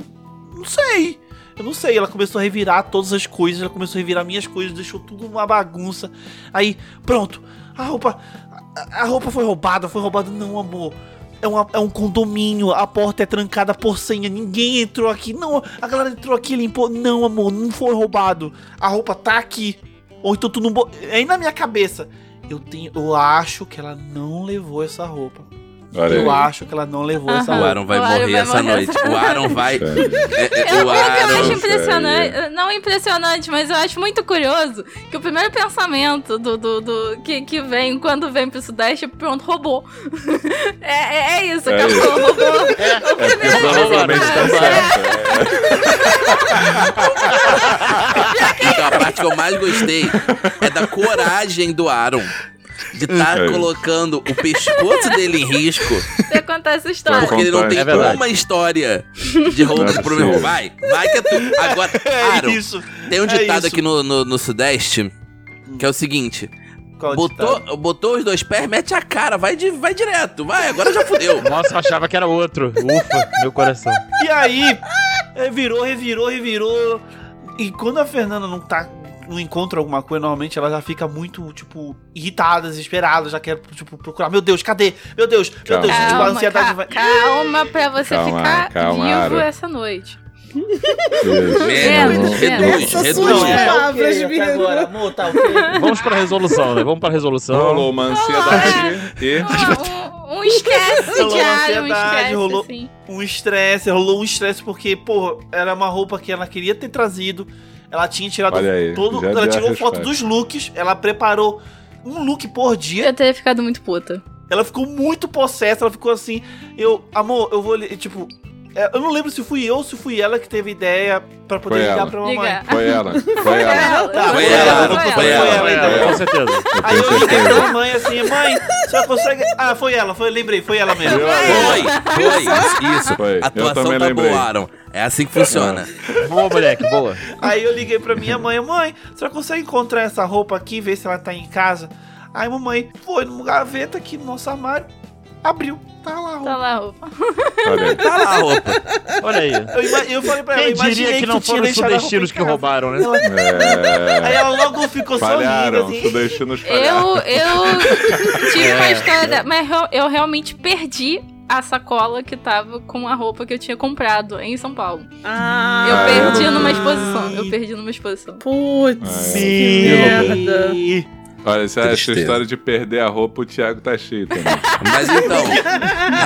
E: Não sei. Eu não sei. Ela começou a revirar todas as coisas, ela começou a revirar minhas coisas, deixou tudo uma bagunça. Aí, pronto. A roupa. A, a roupa foi roubada, foi roubada. Não, amor. É, uma- é um condomínio, a porta é trancada por senha, ninguém entrou aqui. Não, a galera entrou aqui e limpou. Não, amor, não foi roubado. A roupa tá aqui. Ou então tu não. bo- Aí na minha cabeça, eu tenho. Eu acho que ela não levou essa roupa.
B: Olha
E: Eu
B: aí.
E: acho que ela não levou essa
A: O
E: roupa.
A: Aaron vai
D: O Aaron
A: morrer
D: vai
A: essa
D: morrer
A: noite.
D: essa
A: O Aaron vai. É, é,
D: Eu,
A: o
D: o que eu acho
A: Aaron.
B: isso aí. é.
D: impressionante, não impressionante, mas eu acho muito curioso que o primeiro pensamento do, do, do- que, que vem quando vem pro Sudeste é pronto, roubou. é, é, é isso,
B: É
D: acabou,
B: isso.
D: roubou.
B: É porque
D: primeiro
B: provavelmente tá
D: resultado,
B: certo.
A: Então, a parte que eu mais gostei é da coragem do Aaron. De estar
B: É.
A: colocando o pescoço dele em risco.
D: Você contar essa história.
B: Vamos
A: Porque ele não tem
B: É
C: verdade.
A: uma história de roubo
B: Não é
A: pro meu
B: possível.
A: Vai, vai que é tu. Agora, Aaron,
E: isso.
A: tem um
E: é
A: ditado
E: isso.
A: aqui no, no, no Sudeste que é o seguinte:
E: Qual ditado?
A: botou, botou os dois pés, mete a cara, vai, de, vai direto, vai, agora já fudeu.
C: Nossa, eu achava que era outro. Ufa, meu coração.
E: E aí, é, virou, revirou, revirou. E quando a Fernanda não tá. Não encontra alguma coisa, normalmente ela já fica muito, tipo, irritada, desesperada, já quer, tipo, procurar. Meu Deus, cadê? Meu Deus, meu
B: Calma.
E: Deus, tipo, a
D: Calma,
E: ansiedade
D: ca-
E: vai.
D: calma pra você
B: Calma,
D: ficar
B: calma,
D: vivo
B: Ara.
D: essa noite.
A: Menos,
D: Menos, menos.
A: reduz,
G: Essa
A: reduz.
G: sua-
E: é,
G: Palavras,
E: até
G: menino.
E: agora, amor, tá ok.
F: Vamos pra resolução, né? Vamos pra resolução.
B: Rolou uma ansiedade e.
D: Um, um esquece
E: Rolou
D: de ar, um
E: ansiedade,
D: esquece,
E: rolou-
D: assim.
E: um estresse, rolou um estresse porque, pô, era uma roupa que ela queria ter trazido. Ela tinha tirado
B: Olha aí,
E: todo,
B: já
E: ela
B: deu a
E: tirou foto
B: resposta.
E: dos looks, ela preparou um look por dia.
D: Eu teria ficado muito puta.
E: Ela ficou muito possessa, ela ficou assim, eu, amor, eu vou, li- tipo, é, eu não lembro se fui eu ou se fui ela que teve ideia pra poder
B: Foi
E: ligar
B: ela.
E: pra mamãe.
D: Diga.
B: Foi ela, foi ela.
E: Tá,
A: Foi
E: foi
A: ela,
E: ela,
A: foi
E: foi
A: ela.
E: ela,
F: É,
E: então.
F: com certeza.
B: Eu
E: Aí
B: tenho
E: eu liguei
B: certeza.
E: pra mãe assim, mãe, você consegue... Ah, foi ela, foi, lembrei, foi ela mesmo.
B: Foi ela.
A: Foi, foi, isso.
B: Foi, eu
A: A atuação
B: também
A: tá
B: lembrei.
A: boa, Aaron. É assim que funciona.
F: Boa, moleque, boa.
E: Aí eu liguei pra minha mãe, mãe, você consegue encontrar essa roupa aqui, ver se ela tá em casa? Aí mamãe foi numa gaveta aqui no nosso armário, abriu, tá lá a roupa.
D: Tá lá, roupa.
B: Olha aí.
A: Tá lá a roupa.
F: Olha aí.
E: Eu, ima- eu falei pra ela,
F: Quem
E: eu imaginei
F: diria que não
E: tu tinha
F: foram os
E: deixado a roupa em
F: sudestinos que
E: casa.
F: roubaram, né?
E: Ela-
B: É,
E: Aí ela logo ficou
B: falharam,
E: sorrindo,
B: os
E: assim.
B: destinos falharam.
D: Eu, eu tive uma
A: É.
D: história, da- mas eu, eu realmente perdi a sacola que tava com a roupa que eu tinha comprado em São Paulo.
G: Ah,
D: Eu
B: Ah.
D: perdi numa exposição. Eu perdi numa exposição.
G: Putz,
B: Ai.
G: que merda.
B: Olha, é essa, essa
A: Tristeza.
B: história de perder a roupa, o Thiago tá cheio também.
A: Mas então,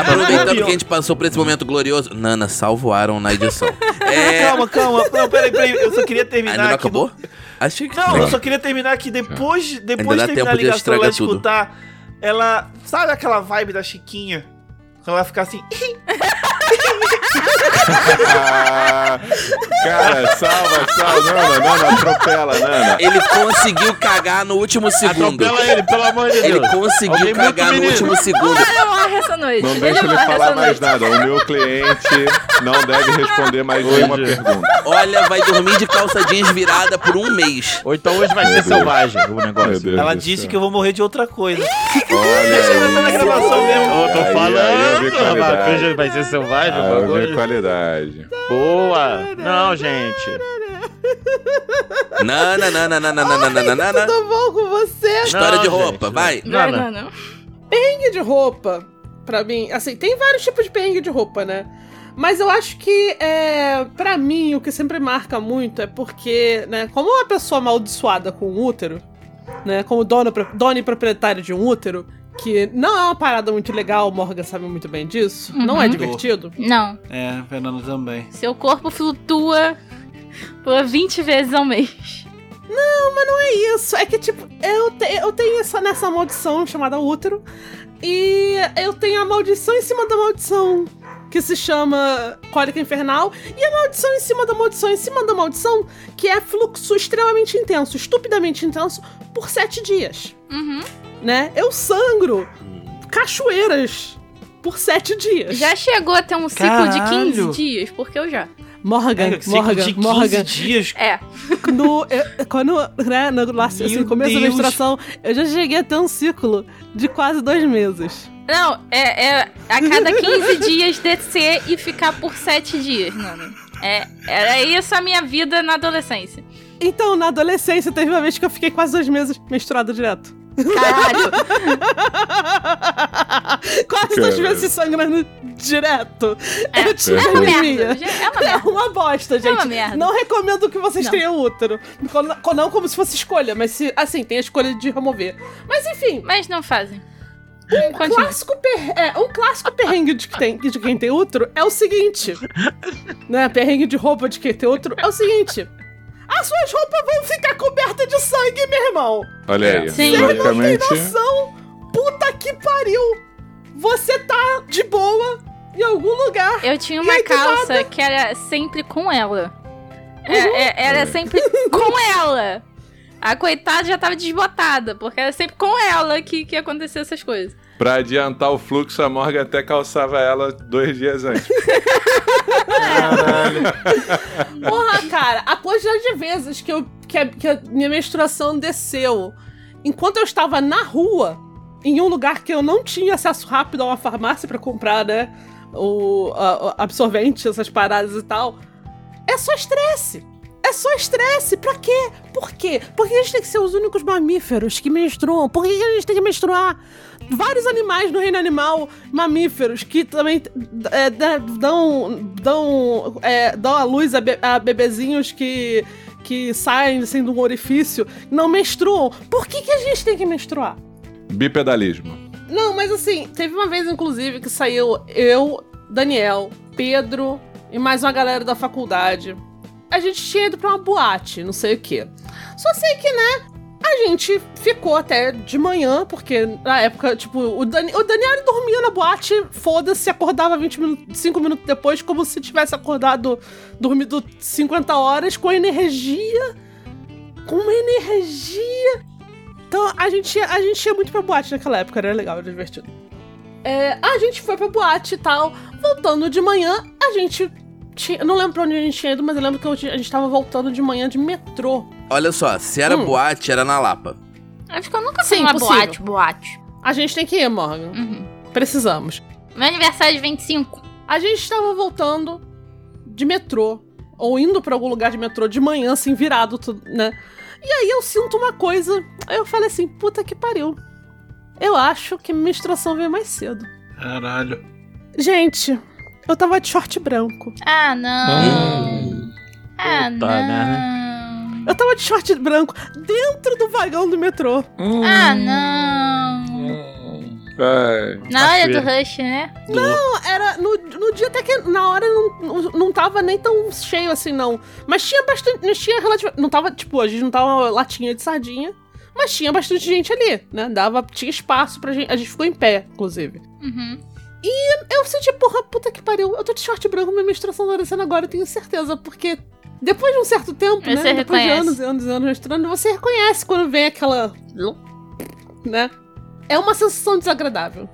A: aproveitando que a gente passou por esse momento glorioso. Nana, salvo o Aaron na edição. É.
E: Calma, calma. Não, peraí, peraí. Eu só queria terminar
A: Ainda não
E: aqui no-
A: acabou? Achei que.
E: Não, eu só queria terminar que depois, de-
A: Ainda
E: depois
A: dá
E: de terminar
A: tempo
E: a
A: de
E: ligação, ela
A: estragar tudo.
E: escutar, ela. Sabe aquela vibe da Chiquinha? Quando ela ficar assim.
B: Ah, cara, salva, salva. Nana, Nana, atropela, Nana.
A: Ele conseguiu cagar no último segundo.
F: Atropela ele, pelo amor de
A: é Ele
F: Deus. Alguém
A: conseguiu
F: muito
A: cagar no
F: menino.
A: último segundo.
D: Eu morro essa noite.
B: Não
D: ele
B: deixa ele
D: morre
B: falar
D: essa
B: mais
D: noite.
B: nada. O meu cliente não deve responder mais
F: Hoje.
B: nenhuma pergunta.
A: Olha, vai dormir de calça jeans virada por um mês.
F: Ou então hoje vai
B: Meu
F: ser
B: Deus.
F: selvagem o
B: Meu
F: negócio.
B: Deus
E: Ela
B: do
E: disse
B: céu.
E: que eu vou morrer de outra coisa. Tá na
B: Olha aí.
E: gravação mesmo.
F: Eu
B: Aí,
F: tô
B: aí eu vi
F: falando,
B: qualidade.
F: rapaz, hoje vai ser selvagem
B: Ah,
F: o
B: eu vi
F: bagulho.
B: qualidade.
F: Boa. Não, gente.
A: Nana, nana, nana, nana, nana, nana.
G: Tudo bom com você?
A: História
F: Não,
A: de
F: gente,
A: roupa,
F: não.
A: vai.
D: Vai,
F: Nana.
D: Nana.
G: Perrengue de roupa, pra mim, assim, tem vários tipos de perrengue de roupa, né? Mas eu acho que, é, para mim, o que sempre marca muito é porque, né, como uma pessoa amaldiçoada com um útero, né, como dona, pro- dona e proprietária de um útero, que não é uma parada muito legal, o Morgan sabe muito bem disso, não é
D: Uhum.
G: divertido.
D: Não.
E: É, Fernando também.
D: Seu corpo flutua por 20 vezes ao mês.
G: isso. É que, tipo, eu, te- eu tenho essa nessa maldição chamada útero. E eu tenho a maldição em cima da maldição. Que se chama Cólica Infernal. E a maldição em cima da maldição em cima da maldição. Que é fluxo extremamente intenso, estupidamente intenso, por sete dias.
D: Uhum.
G: Né? Eu sangro cachoeiras por sete dias.
D: Já chegou a ter um ciclo
E: Caralho.
D: de 15 dias, porque eu já.
G: Morgan,
E: Caraca, ciclo
G: Morgan,
E: de 15
G: Morgan.
E: dias.
D: É.
G: no, eu- quando, né, no, lá, assim,
E: Meu
G: começo da
E: Deus.
G: menstruação, eu já cheguei a ter um ciclo de quase dois meses.
D: Não, é, é a cada 15 dias descer e ficar por 7 dias, Nana. É, era isso a minha vida na adolescência.
G: Então, na adolescência, teve uma vez que eu fiquei quase dois meses menstruada direto.
D: Caralho!
G: Quase
B: Cara.
G: duas vezes sangrando direto.
D: É.
G: Eu tive
B: É
D: É uma
G: anemia.
D: merda. É uma
G: É
D: merda.
G: uma bosta, gente.
D: uma merda.
G: Não recomendo que vocês
D: Não.
G: tenham útero. Quando- quando- Não como se fosse escolha, mas se, assim, tem a escolha de remover. Mas enfim,
D: Mas não fazem.
G: um
D: Continua.
G: clássico, per- é, um clássico perrengue de, que tem- de quem tem útero é o seguinte. né, perrengue de roupa de quem tem útero é o seguinte. As suas roupas vão ficar cobertas de sangue, meu irmão.
B: Olha aí.
D: Sim.
B: Basicamente.
G: Noção, puta que pariu. Você tá de boa em algum lugar.
D: Eu tinha uma
G: aí, do
D: calça que era sempre com ela. É, é, era sempre com ela. A coitada já tava desbotada, porque era sempre com ela que, que acontecia essas coisas.
B: Pra adiantar o fluxo, a Morgan até calçava ela dois dias antes.
G: Porra, cara, a quantidade de vezes que, eu, que, a, que a minha menstruação desceu enquanto eu estava na rua, em um lugar que eu não tinha acesso rápido a uma farmácia pra comprar, né? O a- a- absorvente, essas paradas e tal. É só estresse. É só estresse. Pra quê? Por quê? Por que a gente tem que ser os únicos mamíferos que menstruam? Por que que a gente tem que menstruar? Vários animais no reino animal, mamíferos, que também é, dá- dão, dão, é, dão à luz a, be- a bebezinhos que, que saem assim, de um orifício, não menstruam. Por que, que a gente tem que menstruar?
B: Bipedalismo.
G: Não, mas assim, teve uma vez, inclusive, que saiu eu, Daniel, Pedro e mais uma galera da faculdade. A gente tinha ido pra uma boate, não sei o quê. Só sei que, né, a gente ficou até de manhã, porque na época, tipo, o, Dani- o Daniel dormia na boate, foda-se, acordava 20 minutos, 5 minutos depois, como se tivesse acordado, dormido 50 horas, com energia. Com uma energia. Então a gente, ia- a gente ia muito pra boate naquela época, era legal, era divertido. É, a gente foi pra boate e tal. Voltando de manhã, a gente. Tinha, eu não lembro pra onde a gente tinha ido, mas eu lembro que eu tinha- a gente tava voltando de manhã de metrô.
A: Olha só, se era
G: Hum.
A: boate, era na Lapa.
D: Acho que eu nunca
G: Sim,
D: fui uma
G: possível.
D: boate, boate.
G: A gente tem que ir, Morgan.
D: Uhum.
G: Precisamos.
D: Meu aniversário é de 25.
G: A gente estava voltando de metrô, ou indo pra algum lugar de metrô de manhã, assim, virado, tudo, né? E aí eu sinto uma coisa. Aí eu falei assim: puta que pariu. Eu acho que minha menstruação veio mais cedo.
E: Caralho.
G: Gente, eu tava de short branco.
D: Ah, não. Ah, não.
F: Puta,
G: Eu tava de short branco dentro do vagão do metrô.
D: Ah, não.
B: Ai.
D: Na hora do
F: Cachoeira.
D: rush, né?
G: Não, era no, no dia até que na hora não, não, não tava nem tão cheio assim, não. Mas tinha bastante. Não tinha relativa, Não tava, tipo, a gente não tava uma latinha de sardinha. Mas tinha bastante gente ali, né? Dava, tinha espaço pra gente. A gente ficou em pé, inclusive.
D: Uhum.
G: Eu senti, porra, puta que pariu. Eu tô de short branco, minha menstruação tá descendo agora, eu tenho certeza, porque depois de um certo tempo,
D: Você
G: né? Depois de
D: reconhece.
G: anos e anos e anos menstruando, você reconhece quando vem aquela. né? É uma sensação desagradável.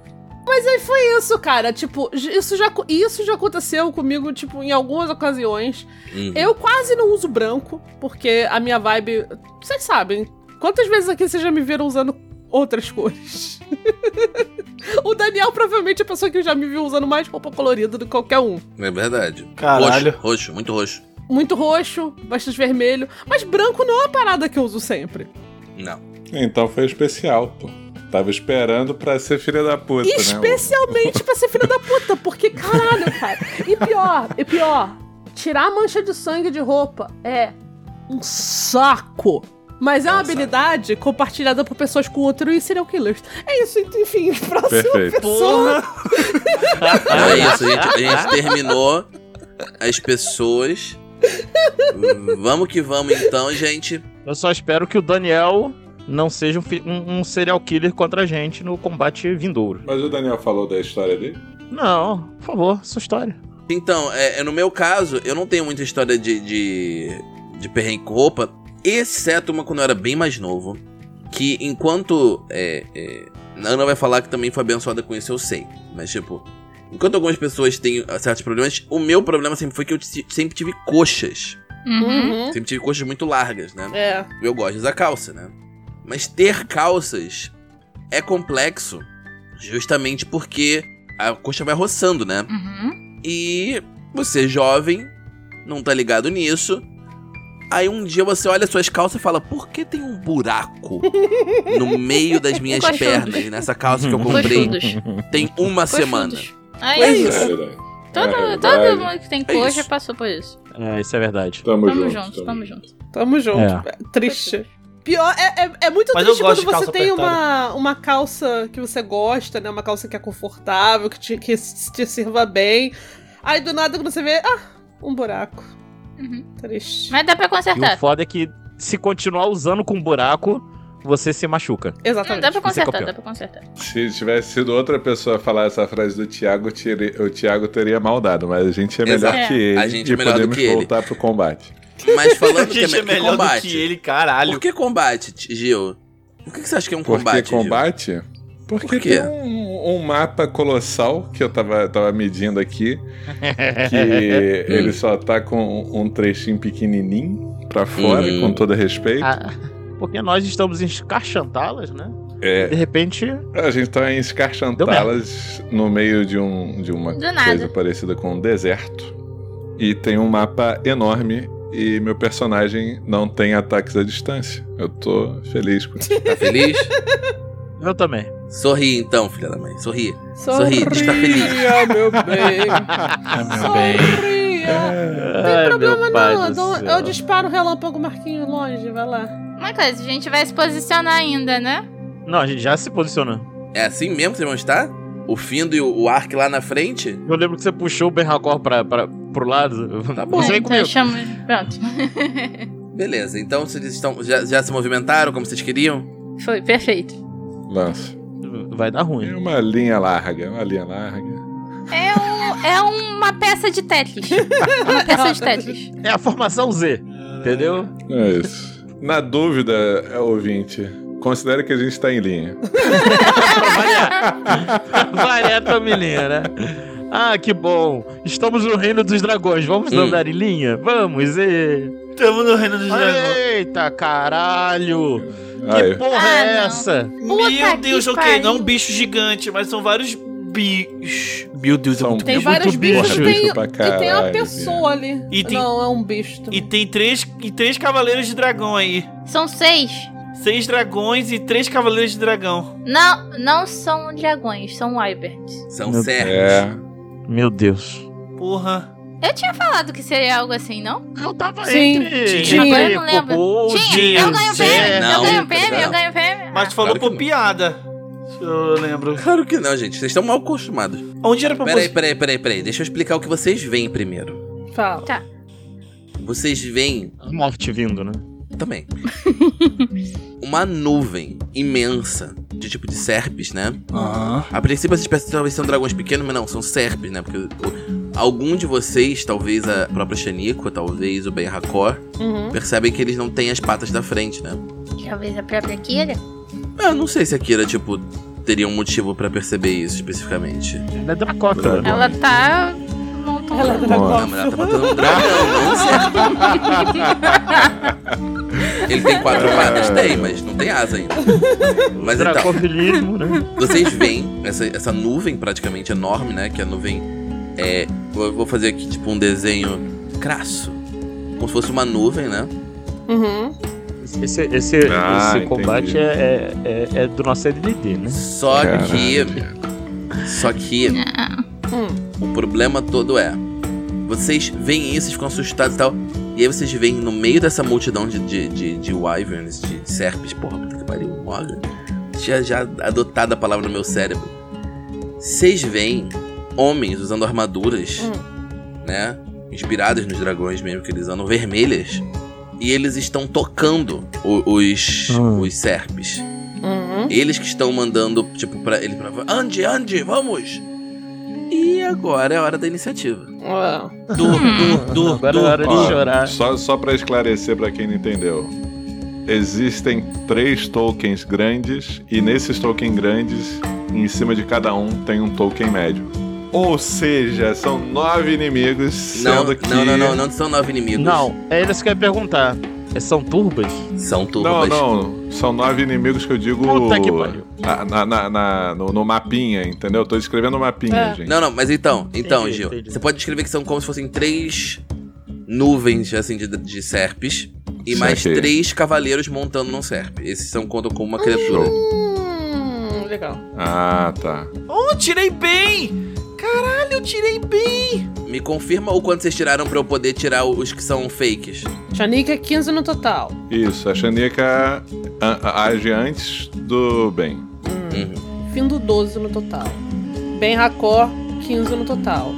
G: Mas aí foi isso, cara. Tipo, j- isso já, co- isso já aconteceu comigo, tipo, em algumas ocasiões.
A: Uhum.
G: Eu quase não uso branco, porque a minha vibe. Vocês sabem. Quantas vezes aqui vocês já me viram usando outras cores? o Daniel provavelmente é a pessoa que já me viu usando mais roupa colorida do que qualquer um.
A: É verdade.
E: Caralho.
A: Roxo, roxo, muito roxo.
G: Muito roxo, bastante vermelho. Mas branco não é uma parada que eu uso sempre.
A: Não.
B: Então foi especial, pô. Tava esperando pra ser filha da puta, né?
G: E Especialmente pra ser filho da puta, porque caralho, cara. E pior, e pior, tirar a mancha de sangue de roupa é um saco. Mas é uma
A: É um saco.
G: habilidade compartilhada por pessoas com outro e serial killers. É isso, enfim, próxima
B: Perfeito.
G: pessoa.
A: Não é isso, a gente, a gente terminou as pessoas. vamos que vamos então, gente.
F: Eu só espero que o Daniel não seja um, fi- um- um serial killer contra a gente no combate vindouro.
B: Mas o Daniel falou da história dele?
F: Não, por favor, sua história.
A: Então, é, é, no meu caso, eu não tenho muita história de, de, de perrengue com roupa, exceto uma quando eu era bem mais novo. Que enquanto. É, é, a Ana vai falar que também foi abençoada com isso, eu sei. Mas, tipo, enquanto algumas pessoas têm ah, certos problemas, o meu problema sempre foi que eu ti- sempre tive coxas.
D: Uhum.
A: Sempre tive coxas muito largas, né?
G: É.
A: Eu gosto de usar calça, né? Mas ter calças é complexo justamente porque a coxa vai roçando, né?
D: Uhum.
A: E você jovem, não tá ligado nisso, Aí um dia você olha suas calças e fala: por que tem um buraco no meio das minhas
D: Coxudos.
A: pernas nessa calça que eu comprei
D: Coxudos.
A: tem uma semana?
D: Coxudos. É
A: É
D: isso.
A: isso.
B: verdade.
D: Todo,
B: É
D: todo
B: verdade.
D: mundo que tem
A: É isso.
D: coxa passou por isso.
F: É, isso é verdade.
B: Tamo,
D: Tamo junto, tamo junto.
G: Tamo junto.
F: É.
G: É Triste. Pior, é, é, é muito
E: Mas eu
G: triste
E: gosto
G: quando
E: de calça
G: você tem
E: apertada.
G: uma, uma calça que você gosta, né? Uma calça que é confortável, que te, que s- te sirva bem. Aí do nada quando você vê, ah, um buraco.
D: Uhum.
G: Triste.
D: Mas dá pra
F: E o
D: consertar.
F: foda é que se continuar usando com buraco, você se machuca.
D: Não, dá
G: Exatamente.
D: pra consertar,
F: campeão.
D: dá pra consertar.
B: Se tivesse sido outra pessoa falar essa frase do Thiago, eu tirei- o Thiago teria maldado, mas a gente é melhor
A: Exato.
B: que ele.
A: A gente
B: e
A: é melhor do
B: podemos
A: que ele.
B: voltar pro combate.
A: Mas
E: A
A: falando que é,
E: gente é
A: me- que
E: melhor do
A: combate.
E: que ele, caralho.
A: Por que combate, Ti- Gil? Por que, que você acha que é um
B: Por que
A: combate? Gil?
B: combate? Porque
A: Por quê?
B: tem um, um mapa colossal que eu tava, tava medindo aqui, que ele só tá com um trechinho pequenininho pra fora,
A: Uhum.
B: com todo respeito.
F: Ah, porque nós estamos em escarchantá-las, né?
B: É,
F: De repente,
B: A gente tá em Escarchantá-las no meio de, um, de uma
D: Do nada.
B: coisa parecida com um deserto. E tem um mapa enorme e meu personagem não tem ataques à distância. Eu tô feliz com isso.
A: Tá feliz?
F: eu também.
A: Sorri então, filha da mãe. Sorri.
G: Sorria,
A: Sorri, está feliz.
G: meu bem.
I: Ah, meu bem.
G: Sorria.
F: Não
G: Não tem problema não. Eu, dou- eu disparo o relâmpago Marquinho longe, vai lá.
D: Uma coisa, a gente vai se posicionar ainda, né?
F: Não, a gente já se posicionou.
A: É assim mesmo que vocês vão estar? O Findo e o, o Ark lá na frente?
F: Eu lembro que você puxou o Benracor pra, pra, pro lado.
A: Tá bom.
F: Você
D: É,
F: vem
D: então
F: comigo.
D: chama... Pronto.
A: Beleza, então vocês estão, já, já se movimentaram como vocês queriam?
D: Foi, perfeito.
B: Lança.
F: Vai dar ruim.
B: É uma linha larga, uma linha larga.
D: É, um, é uma peça de Tetris. É uma peça de Tetris.
F: É a formação Z, entendeu?
B: É isso. Na dúvida, é, ouvinte, considere que a gente tá em linha.
F: Variar Tomilinha, né? Ah, que bom. Estamos no reino dos dragões. Vamos
A: Hum.
F: andar em linha? Vamos, e...
E: Tamo no reino dos dragões.
F: Eita, caralho.
B: Aí,
F: Que porra
D: Ah,
F: é
D: não.
F: essa?
D: Puta
E: Meu
D: que
E: Deus, ok,
D: pariu.
E: não um bicho gigante, mas são vários bichos. Meu Deus, é
B: São
E: muito
G: Tem
E: bicho.
F: muito
G: vários bichos
F: bicho.
G: tem,
B: Bicho pra
G: e tem uma
B: caralho,
G: pessoa ali.
E: E tem-
G: Não, é um bicho
E: E
G: também.
E: tem três, e três cavaleiros de dragão aí.
D: São seis.
E: Seis dragões e três cavaleiros de dragão.
D: Não, não são dragões, são wyverns.
A: São
F: Meu
A: certos.
B: É.
F: Meu Deus.
E: Porra.
D: Eu tinha falado que seria algo assim, não?
F: Eu tava
G: Sim,
F: entre...
G: tinha.
F: entre
D: Eu não
A: Tipo,
D: lembro.
F: kobold,
D: Tinha, eu ganho
F: Zé.
D: prêmio, eu
A: Oh, Não,
D: ganho prêmio, eu
A: não.
D: ganho prêmio.
E: Mas tu falou
A: É. claro que
E: por
A: não.
E: piada. Eu lembro.
A: Claro que não, gente. Vocês estão mal acostumados.
E: Onde era pra
A: Peraí,
E: você?
A: peraí, peraí, peraí. Deixa eu explicar o que vocês veem primeiro.
G: Fala.
A: Vocês veem
F: A morte vindo, né?
A: também uma nuvem imensa de tipo de serpes, né?
I: Aham.
A: A princípio essas espécies talvez são dragões pequenos, mas não, são serpes, né? Porque o- algum de vocês, talvez a própria Shaniqua, talvez o Ben Hakor,
G: Uhum.
A: percebem que eles não têm as patas da frente, né?
D: Talvez a própria Kira.
A: Eu não sei se a Kira, tipo, teria um motivo pra perceber isso especificamente.
F: Ela é Dracota.
D: Ela tá montando.
G: Ela é
B: Bom,
A: Não, mas ela tá matando um dragão, não um serpe. Ele tem quatro patas? Tem, mas não tem asa ainda.
G: É
A: Mas então,
F: Dracofilismo, né?
A: Vocês veem essa, essa nuvem praticamente enorme, né? Que a nuvem é. Eu vou fazer aqui tipo um desenho crasso. Como se fosse uma nuvem, né?
G: Uhum.
F: Esse, esse,
B: Ah,
F: esse combate
B: entendi.
F: é, é, é- é do nosso LDD, né?
A: Só que. Só que. O problema todo é. Vocês veem isso, e ficam assustados e tal. E aí vocês veem no meio dessa multidão de, de, de, de wyverns, de, de serpes, porra, puta que pariu, moga. Tinha já adotado a palavra no meu cérebro. Vocês veem homens usando armaduras, né? Inspiradas nos dragões mesmo que eles andam, vermelhas. E eles estão tocando o- os,
F: Hum.
A: os serpes.
G: Uhum.
A: Eles que estão mandando, tipo, pra ele pra. Ande, ande, vamos! E agora é a hora da iniciativa.
G: Ué.
D: Hum.
E: Du, du, du,
F: Agora é hora de
B: Ó,
F: chorar.
B: Só, só para esclarecer para quem não entendeu. Existem três tokens grandes e nesses tokens grandes, em cima de cada um tem um token médio. Ou seja, são nove inimigos,
A: Não,
B: sendo que
A: não, não, não, não são nove inimigos.
F: Não, é isso que eu ia perguntar. É, São turbas?
A: São
B: não,
A: turbas.
B: não, são nove inimigos que eu digo
F: Puta que pariu.
B: na- Tá, na- na- na- no, no mapinha, entendeu? Tô escrevendo o mapinha,
G: É.
B: gente.
A: Não, não, mas então, então,
F: Entendi,
A: Gil,
F: entendi.
A: você pode descrever que são como se fossem três nuvens, assim, de, de serpes. E mais
B: Saquei.
A: três cavaleiros montando num serp. Esses são contam como uma criatura.
B: Show.
G: Hum, legal.
B: Ah, tá.
E: Oh, tirei bem! Caralho, eu tirei bem!
A: Me confirma o quanto vocês tiraram pra eu poder tirar os que são fakes.
G: Janica é 15 no total.
B: Isso, a Xanica a- a- age antes do bem.
G: Findo 12 no total. Ben Racor, 15 no total.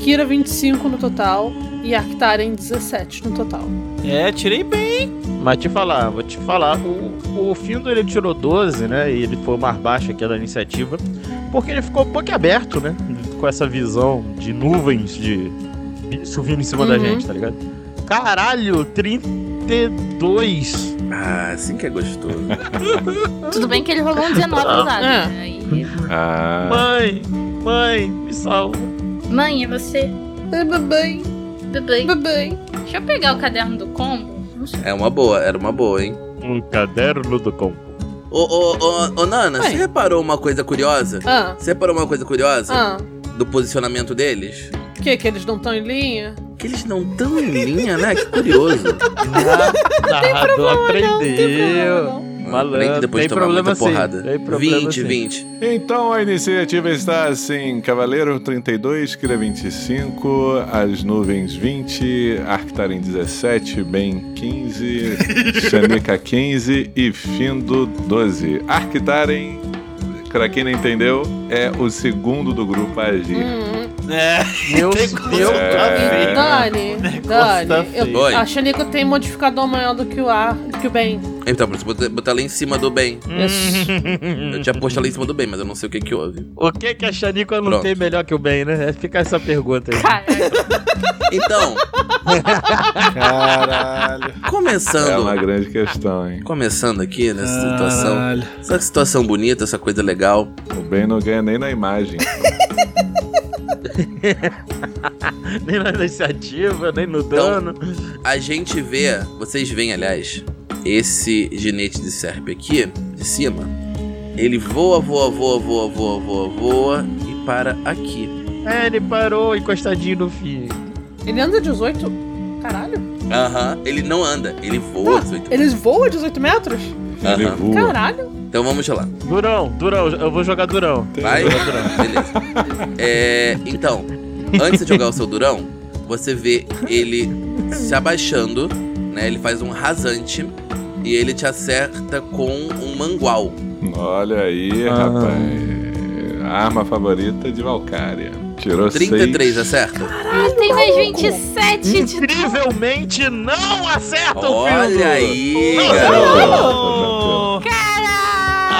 G: Kira, 25 no total. E Arctaren, 17 no total.
E: É, tirei bem.
F: Mas te falar, vou te falar, o, o Findo ele tirou 12, né? E ele foi o mais baixo aqui da iniciativa, porque ele ficou um pouco aberto, né? Com essa visão de nuvens de de subindo em cima da
G: Uhum.
F: gente, tá ligado? Caralho, 32.
A: Ah, assim que é gostoso.
D: Tudo bem que ele rolou um 19
A: Ah.
D: usado.
G: É.
D: né? Aí-
B: Ah,
F: Mãe, mãe, me salva.
D: Mãe, é você?
G: É, Babãe,
D: Tudo bem?
G: babãe.
D: Deixa eu pegar o caderno do combo.
A: É uma boa, era uma boa, hein?
F: O Um caderno do combo.
A: Ô, ô, ô, ô Nana,
G: Oi.
A: você reparou uma coisa curiosa?
G: Ah,
A: Você reparou uma coisa curiosa
G: ah.
A: do posicionamento deles?
G: O que? Que eles não estão em linha?
A: Que eles não tão em linha, né? Que curioso.
F: Nada,
G: Não,
F: aprendeu.
G: não, não.
A: Aprende
F: Malandro,
A: depois
F: tem
A: de tomar
F: problema
A: muita
F: sim.
A: porrada.
F: Tem problema
A: 20,
F: sim.
A: 20.
B: então a iniciativa está assim: Cavaleiro 32, Kira 25, As Nuvens 20, Arctaren 17, Bem 15, Xanica 15 e Findo 12. Arctaren, pra quem não entendeu, é o segundo do grupo a agir.
G: Hum,
E: É,
F: Meu
E: Tem
F: Deus,
E: coisa-
B: É.
G: Dani,
E: tá
G: Dani, eu,
E: feio.
A: Oi.
G: a Xanica tem modificador maior do que o A, que o Ben.
A: Então, pra você botar- botar lá em cima do bem.
F: Hum.
G: Isso.
A: Eu tinha posto lá em cima do bem, mas eu não sei o que que houve.
F: O que que a Xanica não
A: Pronto.
F: tem melhor que o bem, né? É Fica essa pergunta aí.
D: Cara,
A: Então,
E: Caralho.
B: É
A: começando...
B: uma Ah. grande questão, hein?
A: Começando aqui nessa situação.
E: Caralho.
A: Essa situação bonita, essa coisa legal.
B: O bem não ganha nem na imagem.
F: nem na iniciativa, nem no
A: Então-
F: dano.
A: A gente vê, vocês veem, aliás, esse ginete de serpe aqui, de cima. Ele voa, voa, voa, voa, voa, voa, voa e para aqui.
F: É, ele parou encostadinho no fim.
G: Ele anda 18? Caralho.
A: Aham, ele não anda, ele voa. Zuito.
G: Eles voam 18 metros?
B: Ele
A: Aham.
B: voa.
G: Caralho.
A: Então vamos lá.
F: Durão, Durão, eu vou jogar Durão.
A: Vai? Beleza. É, então, antes de jogar o seu durão, você vê ele se abaixando, né? Ele faz um rasante e ele te acerta com um mangual.
B: Olha aí,
F: Ah.
B: rapaz. Arma favorita de Valkyria. Tirou
A: 33,
B: seis.
A: acerta?
D: ele Ah, tem mais 27 de
F: Incrivelmente não acerta o filme.
A: Olha aí,
F: Não,
A: garoto.
E: Oh,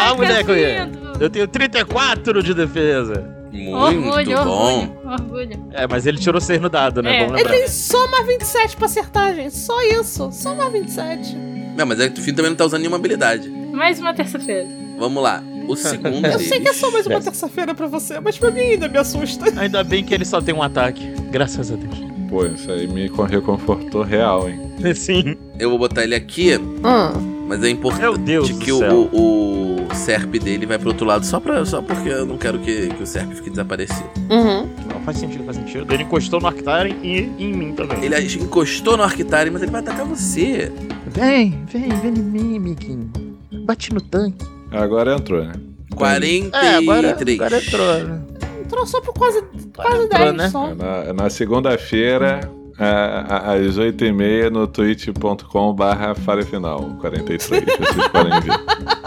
F: Ah, moleque.
D: Lindo.
F: Eu tenho 34 de defesa.
A: Muito
D: Orgulho,
A: bom.
D: orgulho, orgulho.
F: É, mas ele tirou 6 no dado, né?
D: É.
F: Bom
G: Ele
F: lembrar.
G: tem só mais 27 pra acertar, gente. Só isso. Só mais 27.
A: Não, mas é que o Finn também não tá usando nenhuma habilidade.
D: Mais uma terça-feira.
A: Vamos lá. O segundo
G: Eu sei que é
A: deles.
G: só mais uma terça-feira pra você, mas pra mim ainda me assusta.
F: Ainda bem que ele só tem um ataque. Graças a Deus.
B: Pô, isso aí me con- reconfortou real, hein?
F: Sim.
A: Eu vou botar ele aqui, mas é
F: Meu
A: importante
F: Deus do
A: que o,
F: céu.
A: o, o Serp dele vai pro outro lado só, pra, só porque eu não quero que, que o Serp fique desaparecido.
G: Uhum.
F: Não, faz sentido, faz sentido. Ele encostou no Arctaren e em mim também.
A: Ele encostou no Arctaren, mas ele vai atacar você.
F: Vem, vem, vem em mim, amiguinho. Bate no tanque.
B: Agora entrou, né?
A: 43.
F: É, agora, agora entrou, né?
G: Entrou Um só por quase, quase
F: Entrou,
G: 10
F: né?
G: só.
B: Na, na segunda-feira, a- a- às 8h30, no twitch.com/barra final 43. Vocês podem ver.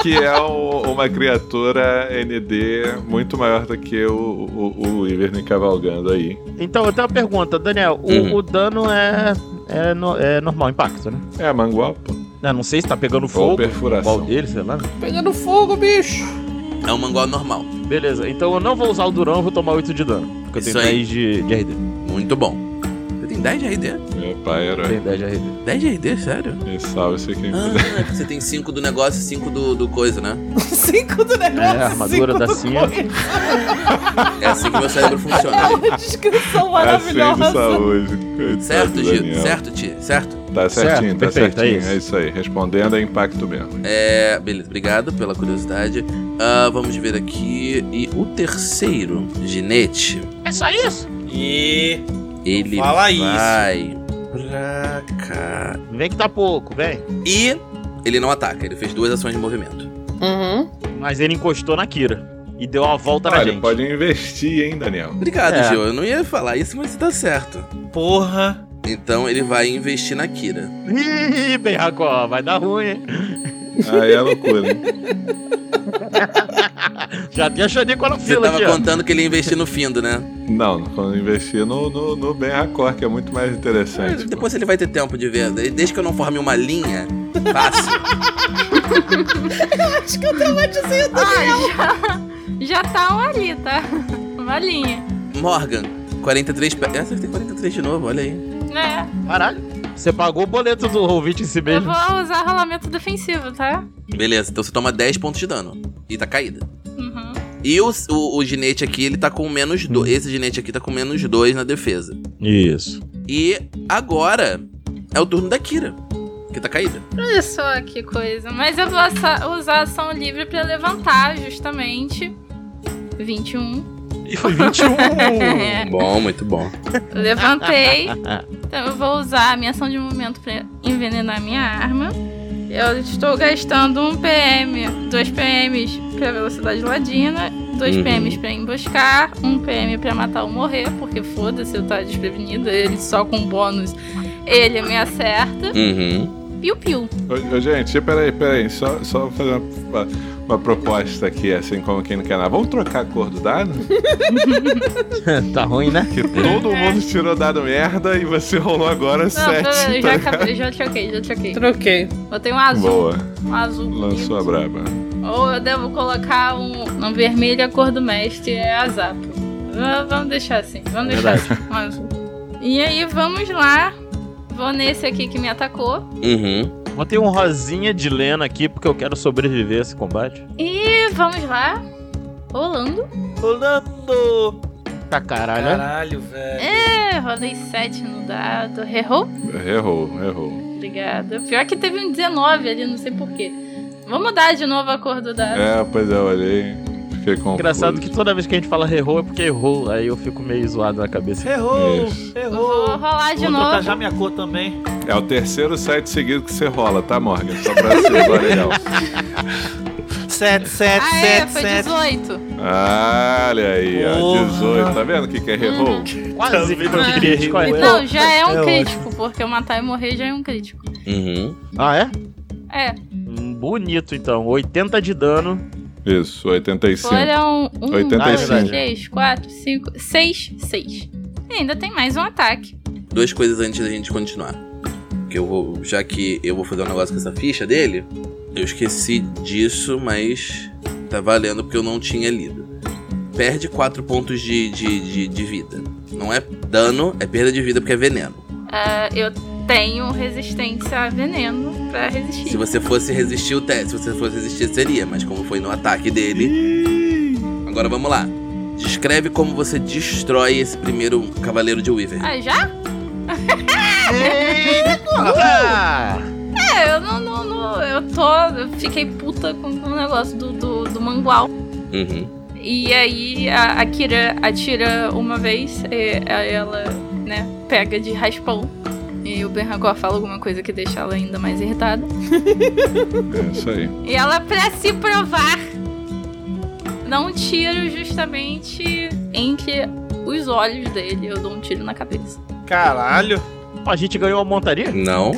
B: Que é o- uma criatura ND muito maior do que o, o, o Ivern cavalgando aí.
F: Então, eu tenho uma pergunta, Daniel. O,
A: Uhum.
F: o dano é, é, no- é normal, impacto, né?
B: É, mangual, pô.
F: Eu não sei se tá pegando
B: Ou
F: fogo.
B: perfuração.
F: Qual dele, sei lá.
G: Pegando fogo, bicho.
A: É um mangual normal.
F: Beleza, então eu não vou usar o Durão, eu vou tomar 8 de dano. Porque eu
A: Isso
F: tenho
A: aí.
F: 10 de, de RD.
A: Muito bom. Você tem 10 de RD?
B: É, pai,
F: Eu
B: herói.
F: tenho 10 de RD.
A: 10 de RD, sério?
B: E salve-se quem puder.
A: Ah, é que você tem 5 do negócio e 5 do, do coisa, né?
G: 5 do negócio.
F: É, a armadura
G: cinco
F: da
G: do
F: Cia.
G: coisa.
A: É assim que meu cérebro
G: É
A: funciona.
G: uma descrição
B: Assim de
G: maravilhosa.
B: saúde. Coitado
A: Certo,
B: do
A: Gil?
B: Daniel.
A: Certo, Ti? Certo?
B: Tá certinho,
F: Certo,
B: tá
F: perfeito, é
B: certinho. É
F: isso.
B: isso. aí. Respondendo é impacto mesmo.
A: É, beleza. Obrigado pela curiosidade. Ah, vamos ver aqui. E o terceiro, Ginete,
E: E.
A: ele
E: Fala
A: vai pra cá.
F: Vem que tá pouco, vem.
A: E ele não ataca, ele fez duas ações de movimento.
G: Uhum.
F: Mas ele encostou na Kira e deu uma volta na
B: Olha,
F: gente.
B: pode investir, hein, Daniel?
A: Obrigado,
F: É.
A: Gil. Eu não ia falar isso, mas você tá certo.
E: Porra.
A: Então ele vai investir na Kira.
F: Ih, bem, Racó, vai dar ruim, hein?
B: Aí é loucura. hein?
F: Já tem a Xanica na
A: Você
F: fila
A: tava
F: aqui, ó.
A: contando que ele ia investir no Findo, né?
B: Não, quando investir no, no, no Ben Racor, que é muito mais interessante. pô.
A: Depois ele vai ter tempo de ver. Desde que eu não forme uma linha, fácil.
G: Acho que eu traumatizei.
D: Já tá um ali, tá? Uma linha.
A: Morgan, 43 pe... Essa tem 43 de novo, olha aí.
D: É,
F: Caralho, você pagou o boleto do ouvinte em si
D: eu
F: mesmo.
D: vou usar rolamento defensivo, tá?
A: Beleza, então você toma 10 pontos de dano. E tá caída.
D: Uhum.
A: E o, o, o ginete aqui, ele tá com menos 2. Esse ginete aqui tá com menos 2 na defesa.
F: Isso.
A: E agora é o turno da Kira, que tá caída.
D: Olha só que coisa. Mas eu vou assa- usar ação livre pra levantar, justamente. 21.
F: E um. foi 21.
A: Bom, muito bom.
D: É, Levantei. Então eu vou usar a minha ação de movimento pra envenenar minha arma. Eu estou gastando um PM, dois PMs pra velocidade ladina, dois
A: Uhum.
D: PMs pra emboscar, um PM pra matar ou morrer, porque foda-se, eu tava desprevenida, ele só com bônus, ele me acerta.
A: Uhum.
D: Piu-piu.
B: Ô, ô, gente, peraí, peraí. Só, só fazer uma, uma- uma proposta aqui, assim como quem não quer nada. Vamos trocar a cor do dado?
F: tá ruim, né?
B: Que todo mundo tirou dado merda e você rolou agora
D: Não, eu
B: sete.
D: já
B: Tá?
D: acabei, já choquei, já choquei.
G: Troquei.
D: Botei um azul,
B: Boa,
D: um azul
B: lançou a
D: bonito.
B: braba.
D: Ou eu devo colocar um, um vermelho, a cor do mestre é a Zapo. V- Vamos deixar assim, vamos deixar assim. um azul. E aí, vamos lá. Vou nesse aqui que me atacou.
A: Uhum.
F: Botei um rosinha de Lena aqui porque eu quero sobreviver a esse combate.
D: E vamos lá. Rolando.
E: Rolando.
F: Tá caralho. né?
E: Caralho, velho.
D: É, rolei 7 no dado. Errou?
B: Errou, errou.
D: Obrigada. Pior que teve um 19 ali, não sei porquê. Vou mudar de novo a cor do dado.
B: É, pois é, eu olhei. Fiquei confuso.
F: Engraçado que toda vez que a gente fala errou é porque errou. Aí eu fico meio zoado na cabeça.
E: Errou.
B: Isso.
D: Vou
E: Errou.
D: rolar de
E: Vou trocar
D: novo.
E: já minha cor também.
B: É o terceiro site seguido que você rola, tá, Morgan? Só pra ser legal.
E: Sete, sete,
D: Ah, é,
E: sete,
D: foi
E: sete.
D: 18.
B: Ah, Olha aí, ó,
E: Porra.
B: 18. Tá vendo o que, que é errou?
F: Quase que
D: Ah.
F: eu crítico. aí.
D: Não, já é
E: É
D: um
E: ótimo.
D: crítico, porque eu matar e morrer já é um crítico.
A: Uhum.
F: Ah, é?
D: É,
F: Hum, Bonito, então. 80 de dano.
B: Isso, 85.
D: Foram um,
B: 85.
D: dois, três, quatro, cinco, seis, seis. E ainda tem mais um ataque.
A: Duas coisas antes da gente continuar. Que eu vou, já que eu vou fazer um negócio com essa ficha dele, eu esqueci disso, mas tá valendo porque eu não tinha lido. Perde 4 pontos de, de, de, de vida. Não é dano, é perda de vida porque é veneno.
D: Ah, eu tenho resistência a veneno pra
A: Se
D: resistir.
A: você fosse resistir o teste, se você fosse resistir, seria, mas como foi no ataque dele. Agora vamos lá. Descreve como você destrói esse primeiro cavaleiro de Weaver.
D: Ah, já?
F: Ah!
D: É, eu não, não, não- eu tô, eu fiquei puta com com o negócio do, do, do mangual.
A: Uhum.
D: E aí a, a Kira atira uma vez, e a- ela, né, pega de raspão. E o Ben Hagor fala alguma coisa que deixa ela ainda mais irritada.
B: É isso aí.
D: E ela, pra se provar, dá um tiro justamente entre os olhos dele. Eu dou um tiro na cabeça.
E: Caralho.
F: A gente ganhou a montaria?
A: Não.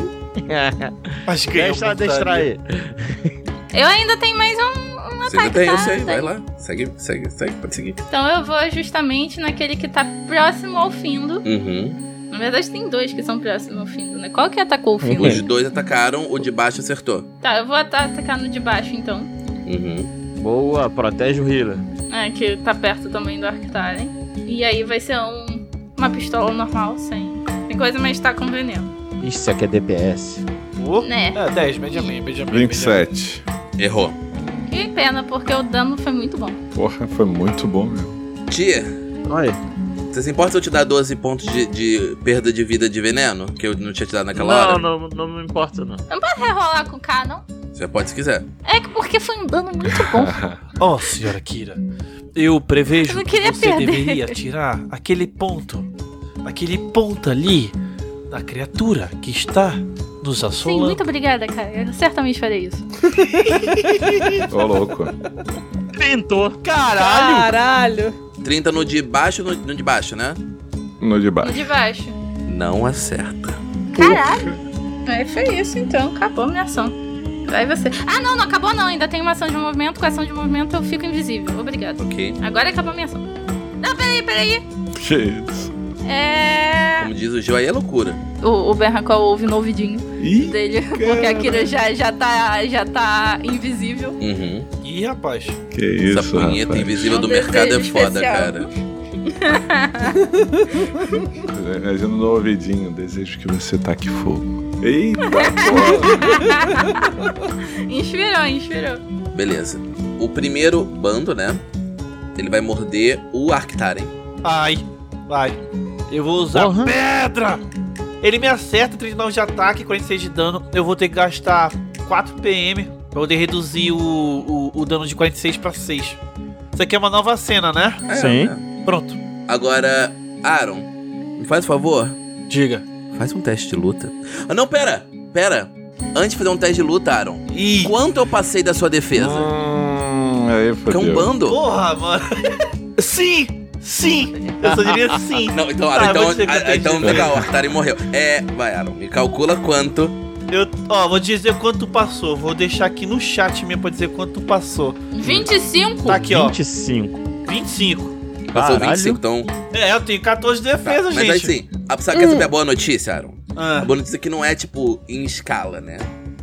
E: Acho que
F: Deixa ela
E: eu botaria.
F: distrair.
D: Eu ainda tenho mais um, um
A: Você ainda
D: ataque,
A: tem, eu
D: tá?
A: sei. Vai lá. Segue, segue, segue. Pode seguir.
D: Então eu vou justamente naquele que tá próximo ao Findo.
A: Uhum.
D: Na verdade, tem dois que são próximos ao Findo, né? Qual que atacou o Findo?
A: Os dois atacaram, o de baixo acertou.
D: Tá, eu vou ata- atacar no de baixo, então.
A: Uhum.
F: Boa, protege o healer.
D: É, que tá perto também do Arctaren. E aí vai ser um, uma pistola normal, sem... Tem coisa, mas tá com veneno.
F: Isso aqui é DPS.
E: Oh.
D: Né?
E: É, 10, Benjamin, Benjamin.
B: 27.
A: Errou.
D: Que pena, porque o dano foi muito bom.
B: Porra, foi muito bom, meu.
A: Tia,
F: Olha aí.
A: você se importa se eu te dar 12 pontos de, de perda de vida de veneno? Que eu não tinha te dado naquela
F: Não,
A: hora?
F: não, não me importa, não.
D: Não pode rerolar com o K, não?
A: Você pode se quiser.
D: É que porque foi um dano muito bom.
E: Oh, senhora Kira, eu prevejo
D: Eu não
E: que
D: queria
E: você
D: perder.
E: deveria tirar aquele ponto, aquele ponto ali da criatura que está nos
D: Sim,
E: assolando.
D: muito obrigada, cara. Eu certamente farei isso.
B: Ô, louco.
F: Tentou.
E: Caralho!
G: Caralho.
A: 30 no de baixo no, no de baixo, né?
B: No de
D: No
B: baixo.
D: de baixo.
A: Não acerta.
D: Caralho! É, foi isso então. Acabou a minha ação. Vai você. Ah, não, não acabou não. Ainda tem uma ação de movimento. Com a ação de movimento eu fico invisível. Obrigado.
A: Ok.
D: Agora é acabou a minha ação. Não, peraí, peraí.
B: Jeez.
D: É.
A: Como diz o Gil, aí é loucura.
D: O, o Berracol ouve no ouvidinho
B: Ih,
D: dele. Porque a Kira já, já, tá, já tá invisível.
A: Uhum.
E: Ih, rapaz.
B: que
A: Essa
B: isso,
A: punheta
B: rapaz.
A: invisível
D: É um
A: do mercado é
D: desejo
A: foda,
D: especial.
A: cara.
B: Imagina no ouvidinho, desejo que você taque fogo. Eita, porra.
D: Inspirou, inspirou.
A: Beleza. O primeiro bando, né? Ele vai morder o Arctaren.
E: Ai, vai. Eu vou usar
F: Porra.
E: pedra! Ele me acerta 39 de ataque, 46 de dano. Eu vou ter que gastar 4 PM pra poder reduzir o, o, o dano de 46 pra 6. Isso aqui é uma nova cena, né?
A: É,
F: Sim.
A: né?
E: Pronto.
A: Agora, Aaron, me faz um favor.
E: Diga.
A: Faz um teste de luta. Ah, não, pera! Pera! Antes de fazer um teste de luta, Aaron,
E: Ih,
A: quanto eu passei da sua defesa?
B: Hum, aí
A: Porque é um
B: fodeu.
A: bando?
E: porra, mano. Sim! Sim! Eu só diria sim.
A: Não, então,
E: Tá,
A: Aaron, então,
E: você que
A: ah,
E: atende
A: então
E: ele.
A: legal, o Arctaren morreu. É, vai, Aaron, me calcula quanto.
E: Eu, ó, vou dizer quanto tu passou. Vou deixar aqui no chat mesmo pra dizer quanto tu passou.
D: 25?
E: Tá aqui, ó.
F: 25.
E: 25.
A: Passou
F: Caralho.
A: 25, então.
E: É, eu tenho 14 de
A: Tá.
E: defesa,
A: Mas
E: gente.
A: assim, a- sabe que essa é a boa notícia, Aaron?
E: Ah.
A: A boa notícia é que não é, tipo, em escala, né?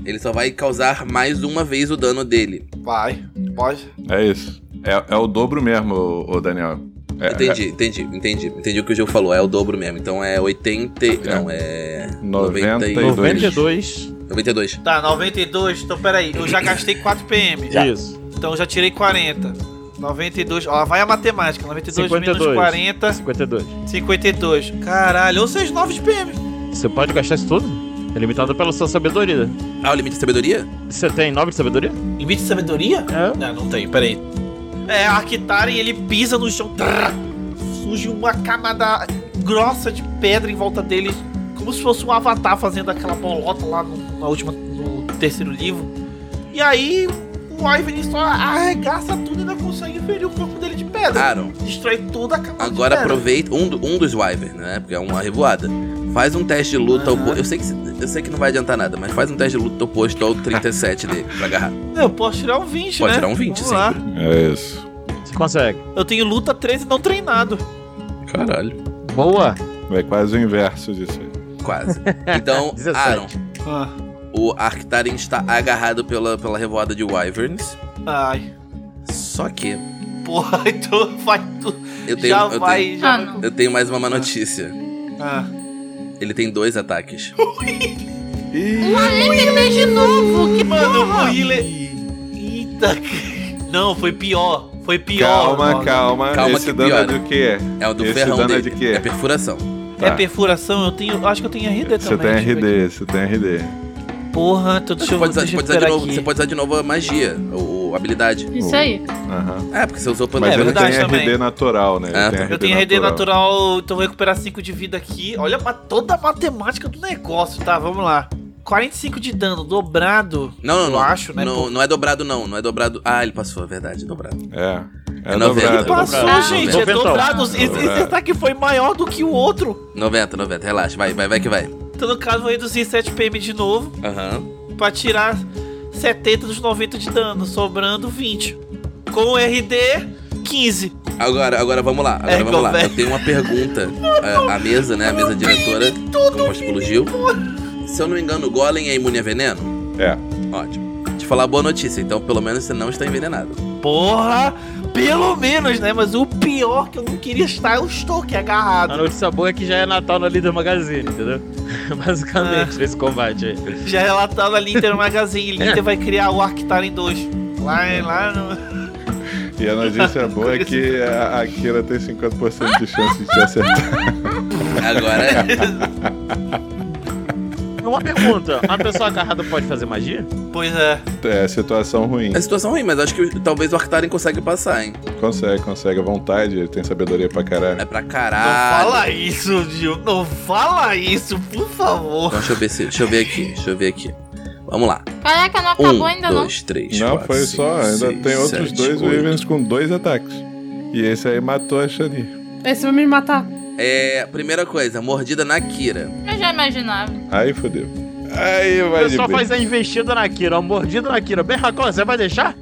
A: Ele só vai causar mais uma vez o dano dele.
E: Vai, pode.
B: É isso. É, é o dobro mesmo, ô, ô Daniel. É,
A: Entendi, entendi, entendi. Entendi o que o Gil falou. É o dobro mesmo. Então é 80. e- Não, é.
B: É, 92.
F: 92.
A: 92.
E: Tá, 92, então peraí, eu já gastei 4 PM.
F: Isso.
E: Então eu já tirei 40. 92, ó, lá vai a matemática. 92 menos
F: 52.
E: 40,
F: 52.
E: 52. Caralho, ou seja, 9 de PM.
F: Você pode gastar isso tudo? É limitado pela sua sabedoria.
A: Ah, o limite de sabedoria?
F: Você tem 9 de sabedoria?
E: Limite de sabedoria?
F: É.
E: Não, não tem, peraí. É, a Kitaren, ele pisa no chão. trrr, surge uma camada grossa de pedra em volta dele. Como se fosse um avatar fazendo aquela bolota lá no, na última, no terceiro livro. E aí, o Ivan só arregaça tudo e não consegue ferir o corpo dele de pedra.
A: Aaron,
E: Destrói toda a camada
A: Ah, agora
E: de pedra.
A: aproveita. Um, do- um dos Wyvern, né? Porque é uma revoada. Faz um teste de luta
E: Aham.
A: oposto. Eu sei, que, eu sei que não vai adiantar nada, mas faz um teste de luta oposto ao 37 dele, pra agarrar.
E: Eu posso tirar um 20,
A: Pode
E: né?
A: tirar um 20,
E: Vamos lá.
B: É isso.
F: Você consegue.
E: Eu tenho luta 13 não treinado.
A: Caralho.
F: Boa.
B: É quase o inverso disso aí.
A: Quase. Então,
F: 17.
A: Aaron,
E: Ah,
A: o Arctaren está agarrado pela, pela revoada de Wyverns.
E: Ai,
A: Só que
E: porra, então vai tu.
A: eu tenho,
E: já
A: eu,
E: vai,
A: tenho,
E: já
D: Ah,
E: vai-
D: não.
A: eu tenho mais uma má notícia.
E: Ah.
A: Ele tem dois ataques.
D: de novo! Que
E: Mano, o healer. Eita. Não, foi pior. Foi Um pior.
B: Calma,
E: mano.
B: calma.
A: Calma
B: Esse
A: que
B: dano é
A: piora.
B: do quê?
A: É o do
B: Esse
A: ferrão
B: dano é
A: dele.
B: de quê?
A: É perfuração.
E: É
B: Tá.
E: perfuração, eu tenho. Acho que eu tenho RD
B: Você tem
E: também. deixa eu ver
B: RD, você tem RD.
E: aqui. Porra, então deixa
A: Você
E: eu
A: pode, usar,
E: deixa eu
A: pode usar de
E: recuperar
A: novo,
E: aqui.
A: você pode usar de novo a magia, ou, ou habilidade.
D: Isso aí.
B: Aham.
A: É, porque você usou pelo
B: Mas
E: É
B: ele
E: verdade
B: tem
E: também. É.
B: RD natural, né? Ele
A: Ah,
B: tem
A: tá.
E: Eu tenho RD natural, então vou recuperar 5 de vida aqui. Olha ma- toda a matemática do negócio, tá? Vamos lá. 45 de dano dobrado.
A: Não, não,
E: eu
A: não.
E: acho, né?
A: não, não é dobrado, não. Não é dobrado. Ah, ele passou, é verdade, é dobrado.
B: É. É,
A: É
E: Ele
A: dobrado.
B: dobrado.
E: passou,
D: dobrado.
E: gente. É
F: Noventão.
E: dobrado. Esse, esse
B: Dobrado.
E: ataque foi maior do que o outro.
A: 90, 90, relaxa, vai, vai, vai que vai.
E: Então, no caso, vou reduzir 7 PM de novo.
A: Aham.
E: pra tirar 70 dos 90 de dano, sobrando 20. Com o RD, 15.
A: Agora, agora vamos lá, agora
E: É,
A: vamos lá.
E: velho.
A: Eu tenho uma pergunta. A, a mesa, né, a mesa diretora, composta pelo Gil. Se eu não me engano, o Golem é imune a veneno?
B: É.
A: Ótimo. Te falar a boa notícia, então pelo menos você não está envenenado.
E: Porra! Pelo menos, né? Mas o pior que eu não queria estar, eu estou aqui
A: Ah,
F: A
E: agarrado.
F: notícia boa é que já é Natal na Líder Magazine, entendeu? Basicamente, nesse combate aí.
E: Já é relatado ali Inter Magazine.
A: É.
E: Inter vai criar o Arctaren 2. Lá, lá no...
B: E a notícia boa é que a a Kira tem 50% de chance de te acertar.
A: Agora é.
F: Uma pergunta: a pessoa agarrada pode fazer magia?
E: Pois é.
B: É, situação ruim.
A: É situação ruim, mas acho que talvez o Arctaren consegue passar, hein?
B: Consegue, consegue à vontade, ele tem sabedoria pra caralho.
A: É pra
E: Não
A: caralho.
E: fala isso, Gil. Não fala isso, por favor.
A: Então, deixa eu ver se. Deixa eu ver aqui. Deixa eu ver aqui. Vamos lá.
D: Caraca, não acabou
A: Um,
D: ainda
A: dois, três,
B: Não,
A: quatro,
B: foi
A: cinco,
B: só, ainda
A: seis,
B: tem outros
A: sete,
B: dois
A: oito.
B: Ravens com dois ataques. E esse aí matou a Shani.
G: Esse vai me matar.
A: É, primeira coisa, mordida na Kira.
D: não. Eu já imaginava.
B: Aí fodeu. Aí
F: O
B: vai de
F: pessoal
B: bem.
F: faz a investida na Kira, a mordida na Kira. Bem, Racon, você vai deixar?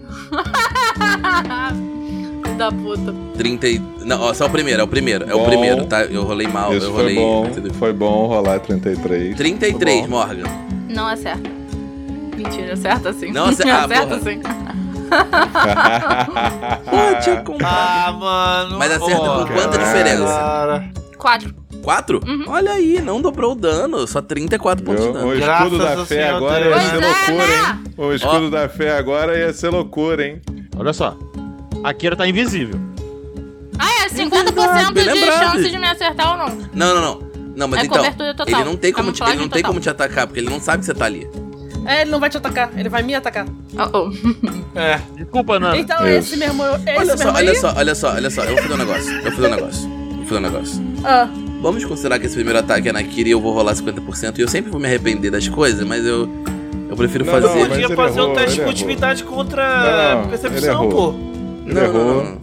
D: Filho da puta.
A: 30 e... Não, ó, só o primeiro, é o primeiro. É
B: Bom.
A: o primeiro, tá? Eu rolei mal,
B: Isso
A: eu
B: foi
A: rolei.
B: bom.
A: tudo.
B: Foi bom rolar 33.
A: 33,
B: Tá bom.
A: Morgan.
D: Não acerta. Mentira, é assim. acerta sim.
A: Não ace- ah, porra.
D: acerta sim.
B: Ah.
A: Pô, tinha comprado.
E: Ah, mano.
A: Mas acerta
E: Ó,
A: por quanta
E: cara.
A: diferença?
D: Quatro.
A: 4?
D: Uhum.
A: Olha aí, não dobrou o dano. Só 34 pontos de
B: Viu?
A: dano.
B: O
E: Graças
B: escudo da
E: ao
B: fé
E: Senhor
B: agora ia
E: Deus.
B: ser
D: Pois é,
B: loucura,
D: né?
B: hein? O escudo da fé agora ia ser loucura, hein?
F: Olha só. A Kira tá invisível.
D: Ah, é 50%
A: bem
D: de
A: lembrado.
D: chance de me acertar ou não.
A: Não, não, não. Não, mas
D: é
A: então.
D: cobertura total. Tá
A: Ele não tem, como te, ele não tem como
D: Camuflagem
A: te atacar, porque ele não sabe que você tá ali.
G: É, ele não vai te atacar, ele vai me atacar.
D: total. Oh,
E: É.
F: Desculpa, Nana.
G: Então
B: Deus.
G: esse mesmo,
D: É
G: esse
A: Olha só,
G: mesmo
A: olha
G: aí?
A: só, olha só, olha só. Eu vou fazer um negócio. Eu vou fazer um negócio. Eu vou fazer um negócio.
G: Ah,
A: Vamos considerar que esse primeiro ataque é na Kira e eu vou rolar 50%. E eu sempre vou me arrepender das coisas, mas eu. Eu prefiro
B: Não,
A: fazer.
B: mas
E: Podia
B: ele
E: fazer
B: errou,
E: um teste
B: ele
E: de
B: errou.
E: continuidade contra
B: Não,
E: percepção,
B: ele errou.
E: pô.
B: Ele errou. Não,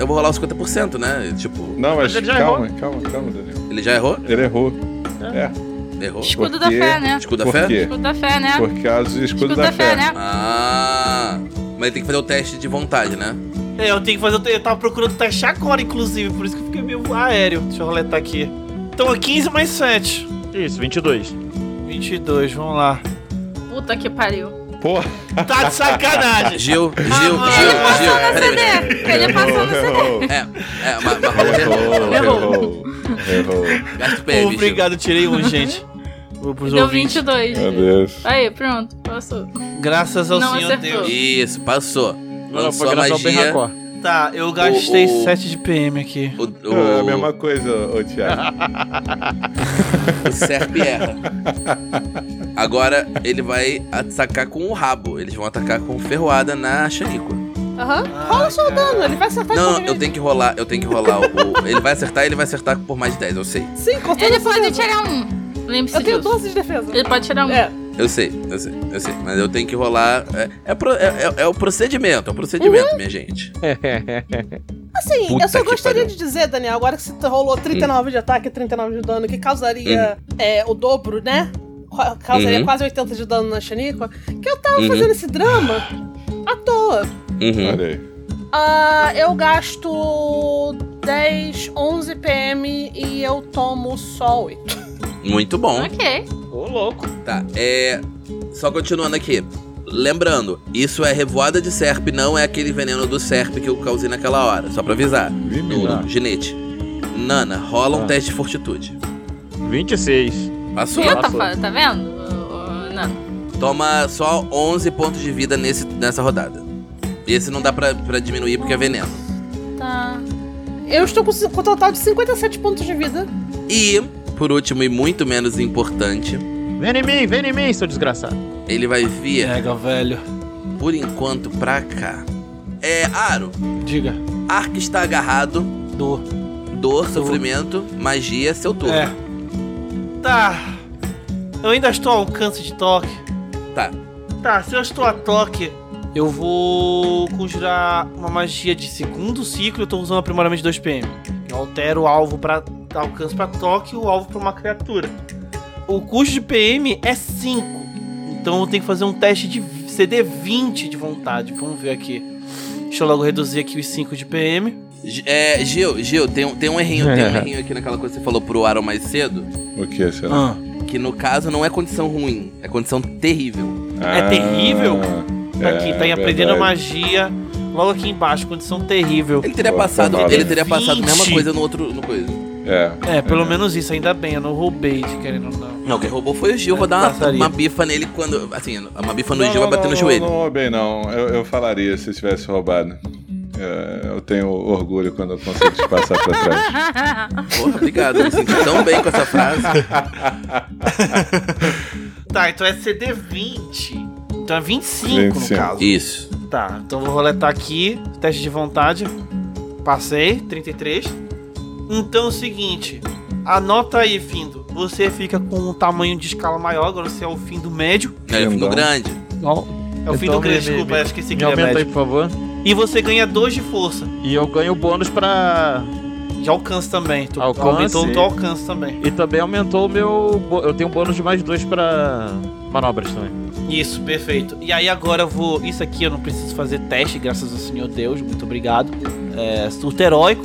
A: Eu vou rolar os 50%, né? Tipo,
B: mas,
F: Mas ele já
B: calma, calma, calma, Daniel.
A: ele já errou?
B: Ele errou.
A: Errou.
D: escudo da
B: quê?
D: fé, né?
A: Escudo da
B: Por
A: fé?
B: quê?
D: Escudo da fé, né?
B: Por causa do escudo da fé.
D: né?
A: Ah. Mas ele tem que fazer o teste de vontade, né?
E: É, eu tenho que fazer. o te- Eu tava procurando testar agora, inclusive, por isso que eu fiquei meio aéreo. Deixa eu roletar aqui. Então é 15 mais 7.
F: Isso, 22.
E: 22, vamos lá.
D: Puta que pariu.
B: Porra,
E: Tá de sacanagem.
A: Gil, Gil, Gil,
E: mano.
A: Gil,
E: Ele passou
A: Gil. Ah, Peraí,
D: CD!
A: peraí.
D: Ele passou no CD.
B: errou.
A: É, é, mas, mas rola de novo.
B: Errou, errou, errou.
A: Gasta o PM, Gil.
E: Obrigado, tirei um, gente. Vou pros
D: Deu
E: ouvintes.
D: 22.
B: Meu Deus.
D: Aí, pronto, passou.
E: Graças ao
D: Não
E: Senhor
D: acertou.
E: Deus.
A: Isso, passou. Lançou a
F: graçar o Ben
A: magia.
F: Racor.
E: Tá, eu gastei
A: O- o-
E: 7 de PM aqui.
A: O,
B: É a
A: o,
B: mesma coisa, ô Thiago.
A: o Serp erra. Agora ele vai atacar com o rabo. Eles vão atacar com ferroada na Xanico.
G: aham.
F: Ah,
G: Rola o seu dano, ele vai acertar
A: Não,
G: com
A: eu tenho que rolar, eu tenho que rolar o. o- ele vai acertar ele vai acertar por mais de 10, eu sei.
G: Sim, com toda
D: Ele pode
G: certeza.
D: tirar um. Lembre-se
G: Eu tenho
D: disso.
G: 12 de defesa.
D: Ele pode tirar um.
G: É.
A: Eu sei, eu sei, eu sei. Mas eu tenho que rolar. É, é, pro- é- é- é o procedimento, é o procedimento,
G: Uhum.
A: minha gente.
G: Assim,
A: Puta
G: eu só
A: que
G: gostaria
A: pariu. Hum.
G: de dizer, Daniel, agora que você rolou 39 de ataque e 39 de dano, que causaria é, o dobro, né? Ca- Causaria
A: Uhum.
G: quase 80 de dano na Shaniqua, que eu tava
A: Uhum.
G: fazendo esse drama à toa.
A: Uhum.
B: Olha aí.
G: Ah, eu gasto 10, 11 PM e eu tomo só 8.
A: Muito bom.
D: Ok.
F: Ô, louco.
A: Tá, é. Só continuando aqui. Lembrando, isso é revoada de Serp, não é aquele veneno do Serp que eu causei naquela hora. Só pra avisar.
B: Ih,
A: No,
B: menino.
E: Ah.
A: no ginete. Nana, rola um
F: Ah.
A: teste de fortitude.
F: 26.
A: Passou.
D: Viu? Tá,
F: Passou.
D: fa- tá vendo? Ô, ô, Nando?
A: Toma só 11 pontos de vida nesse, nessa rodada. E esse não dá pra, pra diminuir porque é veneno.
D: Tá.
G: Eu estou com, ci- com um total de 57 pontos de vida.
A: E, por último e muito menos importante,
F: Vem em mim, vem em mim, seu desgraçado.
A: ele vai vir,
E: Pega, velho.
A: por enquanto, pra cá. É, Aro,
E: Diga.
A: Ark está agarrado,
E: Dor.
A: dor, sofrimento, magia, seu turno.
E: É. Tá. Eu ainda estou ao alcance de toque.
A: Tá.
E: Tá, se eu estou a toque, eu vou conjurar uma magia de segundo ciclo. Eu tô usando primeiramente 2 PM. Eu altero o alvo para alcance para toque e o alvo para uma criatura. O custo de PM é 5. Então eu tenho que fazer um teste de CD 20 de vontade. Vamos ver aqui. Deixa eu logo reduzir aqui os 5 de PM.
A: G- É, Gil, Gil, tem, um- tem um errinho, tem um errinho aqui naquela coisa que você falou pro Aaron mais cedo,
B: O que, será?
E: Ah.
A: que no caso não é condição ruim, é condição terrível.
E: É terrível? Tá aqui, tá em aprendendo a
B: Ah, é verdade.
E: magia. Logo aqui embaixo, condição terrível.
A: Ele teria
B: Pô,
A: passado,
B: foi mal,
A: ele
B: né?
A: teria passado a mesma
E: 20.
A: coisa no outro no coisa.
B: É.
E: É, pelo menos isso, ainda bem, eu não roubei de querendo ou não.
A: Não, quem roubou foi o Gil,
B: É
A: vou dar uma,
E: Passaria.
A: uma bifa nele quando, assim, uma bifa no
B: Não,
A: Gil
B: não,
A: vai bater
B: não,
A: no joelho.
B: Não, não, bem não. Eu, eu falaria se tivesse roubado. É, eu tenho orgulho quando eu consigo te passar pra trás.
A: Porra, obrigado. Eu me senti tão bem com essa frase.
E: Tá, então é CD20. Então é 25,
B: 25.
E: no caso.
A: Isso.
E: Tá, então vou roletar aqui. Teste de vontade. Passei, 33. Então é o seguinte. Anota aí, Findo. Você fica com um tamanho de escala maior, agora você é o Findo médio.
A: Aí eu fico
B: Lindão.
A: grande.
E: É o Findo
F: Então,
E: grande,
F: me- me-
E: desculpa, eu esqueci
F: Me
E: que ele é
F: aumenta aí,
E: médio.
F: por favor.
E: E você ganha 2 de força.
F: E eu ganho bônus pra.
E: De alcance também. Tu
F: Alcance.
E: aumentou o teu alcance também.
F: E também aumentou o meu. bo- Eu tenho um bônus de mais dois pra manobras também.
E: Isso, perfeito. E aí agora eu vou. Isso aqui eu não preciso fazer teste, graças ao Senhor Deus, muito obrigado. É surto heróico.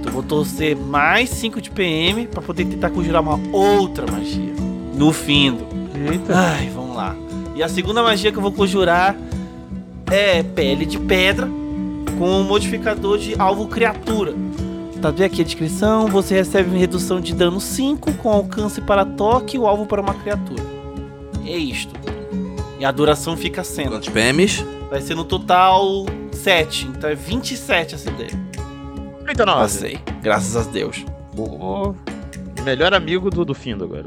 E: Então eu vou torcer mais 5 de PM pra poder tentar conjurar uma outra magia. No fim do.
F: Eita.
E: Ai, vamos lá. E a segunda magia que eu vou conjurar é pele de pedra com um modificador de alvo criatura. Tá vendo aqui a descrição? Você recebe uma redução de dano 5 com alcance para toque e o alvo para uma criatura. É isto. E a duração fica sendo.
A: Quantos PMs?
E: Vai ser no total 7. Então é 27 essa ideia.
F: 39.
E: Passei. Graças a Deus.
F: Boa. Melhor amigo do, do Findo agora.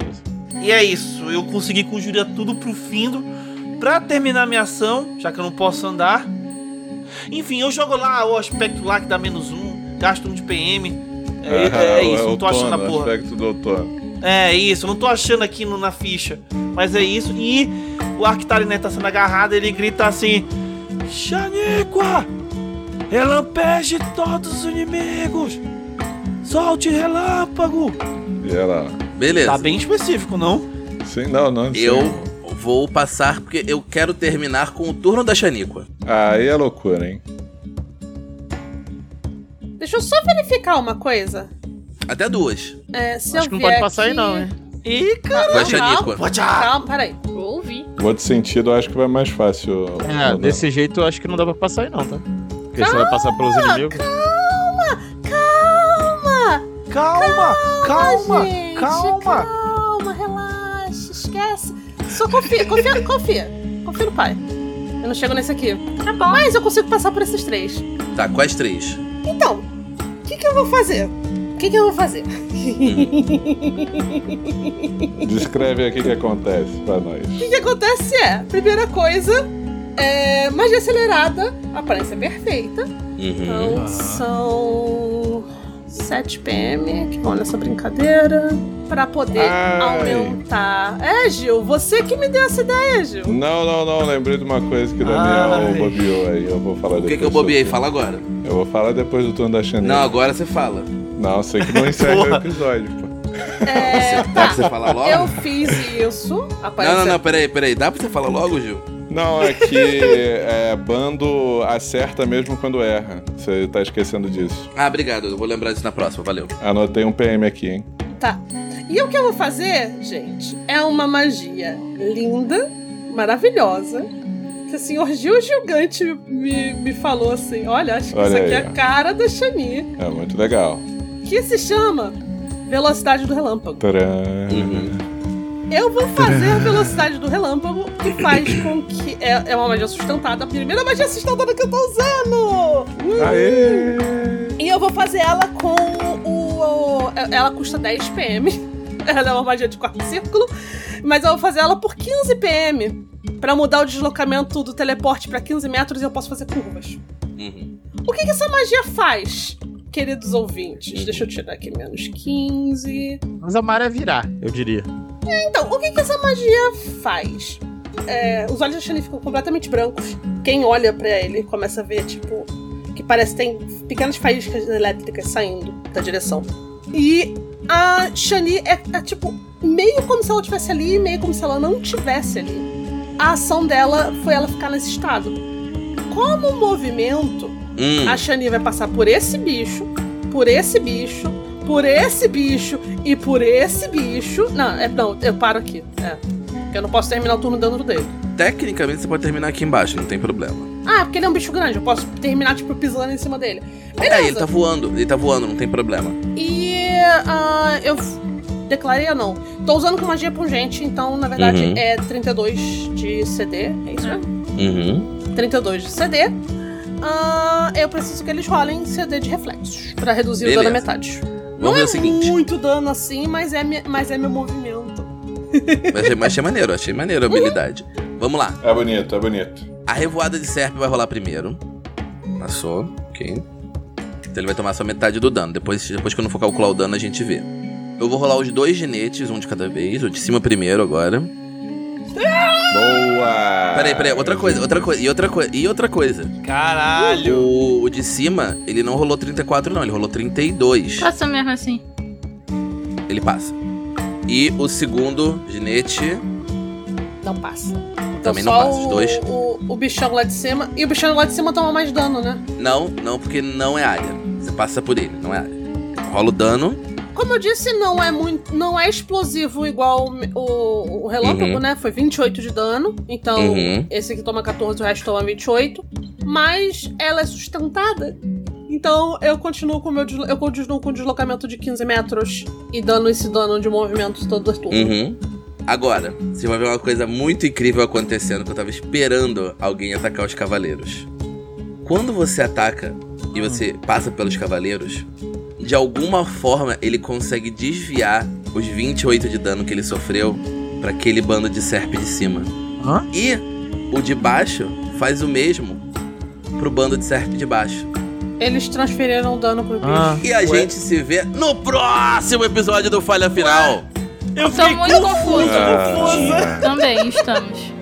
E: E é isso, eu consegui conjurar tudo pro Findo pra terminar minha ação, já que eu não posso andar. Enfim, eu jogo lá o aspecto lá que dá menos um, gasto um de PM. É, é- é isso, não tô achando a
B: outono,
E: porra.
B: aspecto do outono.
E: É isso, não tô achando aqui no- na ficha. Mas é isso, e o Arctarinet tá sendo agarrado, ele grita assim: Xaniqua! Relampeje todos os inimigos! Solte relâmpago!
B: E ela.
A: Beleza.
E: Tá bem específico, não?
B: Sim, não, não. sim.
A: eu vou passar porque eu quero terminar com o turno da Xaníqua.
B: Aí é loucura, hein?
G: Deixa eu só verificar uma coisa.
A: Até duas.
G: É, se
F: Acho
G: eu
F: que não
G: vier
F: pode passar aí,
G: aqui-
F: não, hein?
E: E
A: Vai,
G: calma.
A: Xaníqua.
G: Calma, peraí.
D: Eu ouvi.
B: O outro sentido eu acho que vai mais
A: Ah,
B: fácil.
F: É,
B: Dudu.
F: desse jeito eu acho que não dá pra passar aí, não, tá? Porque você vai passar pelos
G: Ah!
F: inimigos.
G: Calma!
E: Calma, calma,
G: gente,
E: calma.
G: Calma, relaxa, esquece. Só confia, confia, confia. Confia no pai. Eu não chego nesse aqui. Tá bom. Mas eu consigo passar por esses três.
A: Tá, quais três?
G: Então, o que, que eu vou fazer? O que, que eu vou fazer?
B: Descreve aqui o que acontece pra nós.
G: O que acontece é, primeira coisa, é, magia acelerada, aparência perfeita.
A: Uhum.
G: Então são 7 PM que vão nessa brincadeira. Pra poder
B: Ai.
G: aumentar. É, Gil, você que me deu essa ideia, Gil.
B: Não, não, não. Lembrei de uma coisa que o Daniel
E: Ai.
B: bobeou aí. Eu vou falar
A: Ah, O
B: depois.
A: que, que eu bobiei?
B: sobre-
A: Fala agora.
B: Eu vou falar depois do turno da Chanel.
A: Não, agora você fala.
B: Não, sei que não encerra o
E: Porra.
B: episódio, pô.
G: É,
A: Dá pra
G: tá.
A: você falar logo?
G: Eu fiz isso. é-
A: Não, não,
G: Aparência.
A: não, peraí, peraí. Dá pra você falar logo, Gil?
B: Não, é que é, bando acerta mesmo quando erra. Você tá esquecendo disso.
A: Ah, obrigado. Eu vou lembrar disso na próxima. Valeu.
B: Anotei um PM aqui, hein?
G: Tá. E o que eu vou fazer, gente, é uma magia linda, maravilhosa. Que o senhor Gil Gigante me, me falou assim: olha, acho que
B: Olha
G: isso aqui
B: aí,
G: é
B: ó.
G: a cara da Shani.
B: É muito legal.
G: Que se chama Velocidade do Relâmpago.
B: Tcharam.
A: Uhum.
G: Eu vou fazer a velocidade do relâmpago que faz com que. É, é uma magia sustentada, a primeira magia sustentada que eu tô usando! Uhum.
B: Aê!
G: E eu vou fazer ela com o. o- Ela custa 10 PM. Ela é uma magia de quarto círculo. Mas eu vou fazer ela por 15 PM. Pra mudar o deslocamento do teleporte pra 15 metros e eu posso fazer curvas.
A: Uhum.
G: O que, que essa magia faz, queridos ouvintes? Deixa eu tirar aqui menos 15.
F: Mas a Mara é virar, eu diria.
G: Então, o que, que essa magia faz? É, os olhos da Shani ficam completamente brancos. Quem olha pra ele começa a ver, tipo, que parece que tem pequenas faíscas elétricas saindo da direção. E a Shani é, é, tipo, meio como se ela estivesse ali, meio como se ela não estivesse ali. A ação dela foi ela ficar nesse estado. Como um movimento,
A: Hum.
G: a Shani vai passar por esse bicho, por esse bicho, por esse bicho e por esse bicho. Não, é, não eu paro aqui. É. Porque eu não posso terminar o turno dentro dele.
A: Tecnicamente você pode terminar aqui embaixo, não tem problema.
G: Ah, porque ele é um bicho grande, eu posso terminar, tipo, pisando em cima dele.
A: É, ele
G: Beleza.
A: tá voando, ele tá voando, não tem problema.
G: E ah, eu f- declarei ou não? Tô usando com magia pungente, então, na verdade,
A: Uhum.
G: é 32 de CD. É isso mesmo?
A: Uhum.
G: 32 de CD. Ah, eu preciso que eles rolem CD de reflexos pra reduzir o
A: Beleza.
G: dano à metade.
A: Vamos
G: Uhum.
A: ver o seguinte.
G: é Muito dano assim, mas é, mi- mas é meu movimento.
A: Mas, achei- mas achei maneiro, achei maneiro a habilidade. Vamos lá.
B: É bonito, é bonito.
A: A revoada de Serp vai rolar primeiro. Passou, ok. Então ele vai tomar só metade do dano. Depois, depois quando for calcular o dano, a gente vê. Eu vou rolar os dois ginetes, um de cada vez. O de cima primeiro agora.
B: Boa!
A: Peraí, peraí, outra coisa, outra coisa, e outra coisa, e outra coisa.
E: Caralho!
A: O, o de cima, ele não rolou 34 não, ele rolou 32.
D: Passa mesmo assim.
A: Ele passa. E o segundo ginete,
G: Não passa. Então
A: Também não
G: só
A: passa, os
G: o-
A: dois.
G: O, o bichão lá de cima. E o bichão lá de cima toma mais dano, né?
A: não, não, porque não é área. Você passa por ele, não é área. Rola o dano.
G: Como eu disse, não é muito. não é explosivo igual o, o- o relâmpago,
A: Uhum.
G: né? Foi 28 de dano. Então,
A: Uhum.
G: esse aqui toma 14, o resto toma 28. Mas ela é sustentada. Então eu continuo com o meu deslo- eu continuo com o deslocamento de 15 metros e dando esse dano de movimento todo turno.
A: Uhum. Agora, você vai ver uma coisa muito incrível acontecendo que eu tava esperando alguém atacar os cavaleiros. Quando você ataca e você passa pelos cavaleiros, de alguma forma ele consegue desviar os 28 de dano que ele sofreu pra aquele bando de serpe de cima.
F: Hã?
A: E o de baixo faz o mesmo pro bando de serpe de baixo.
G: Eles transferiram o dano pro bicho.
F: Ah.
A: E a gente se vê no próximo episódio do Falha Final.
E: Eu
D: Tô
E: fiquei
D: muito confusa.
B: Ah,
D: Também estamos.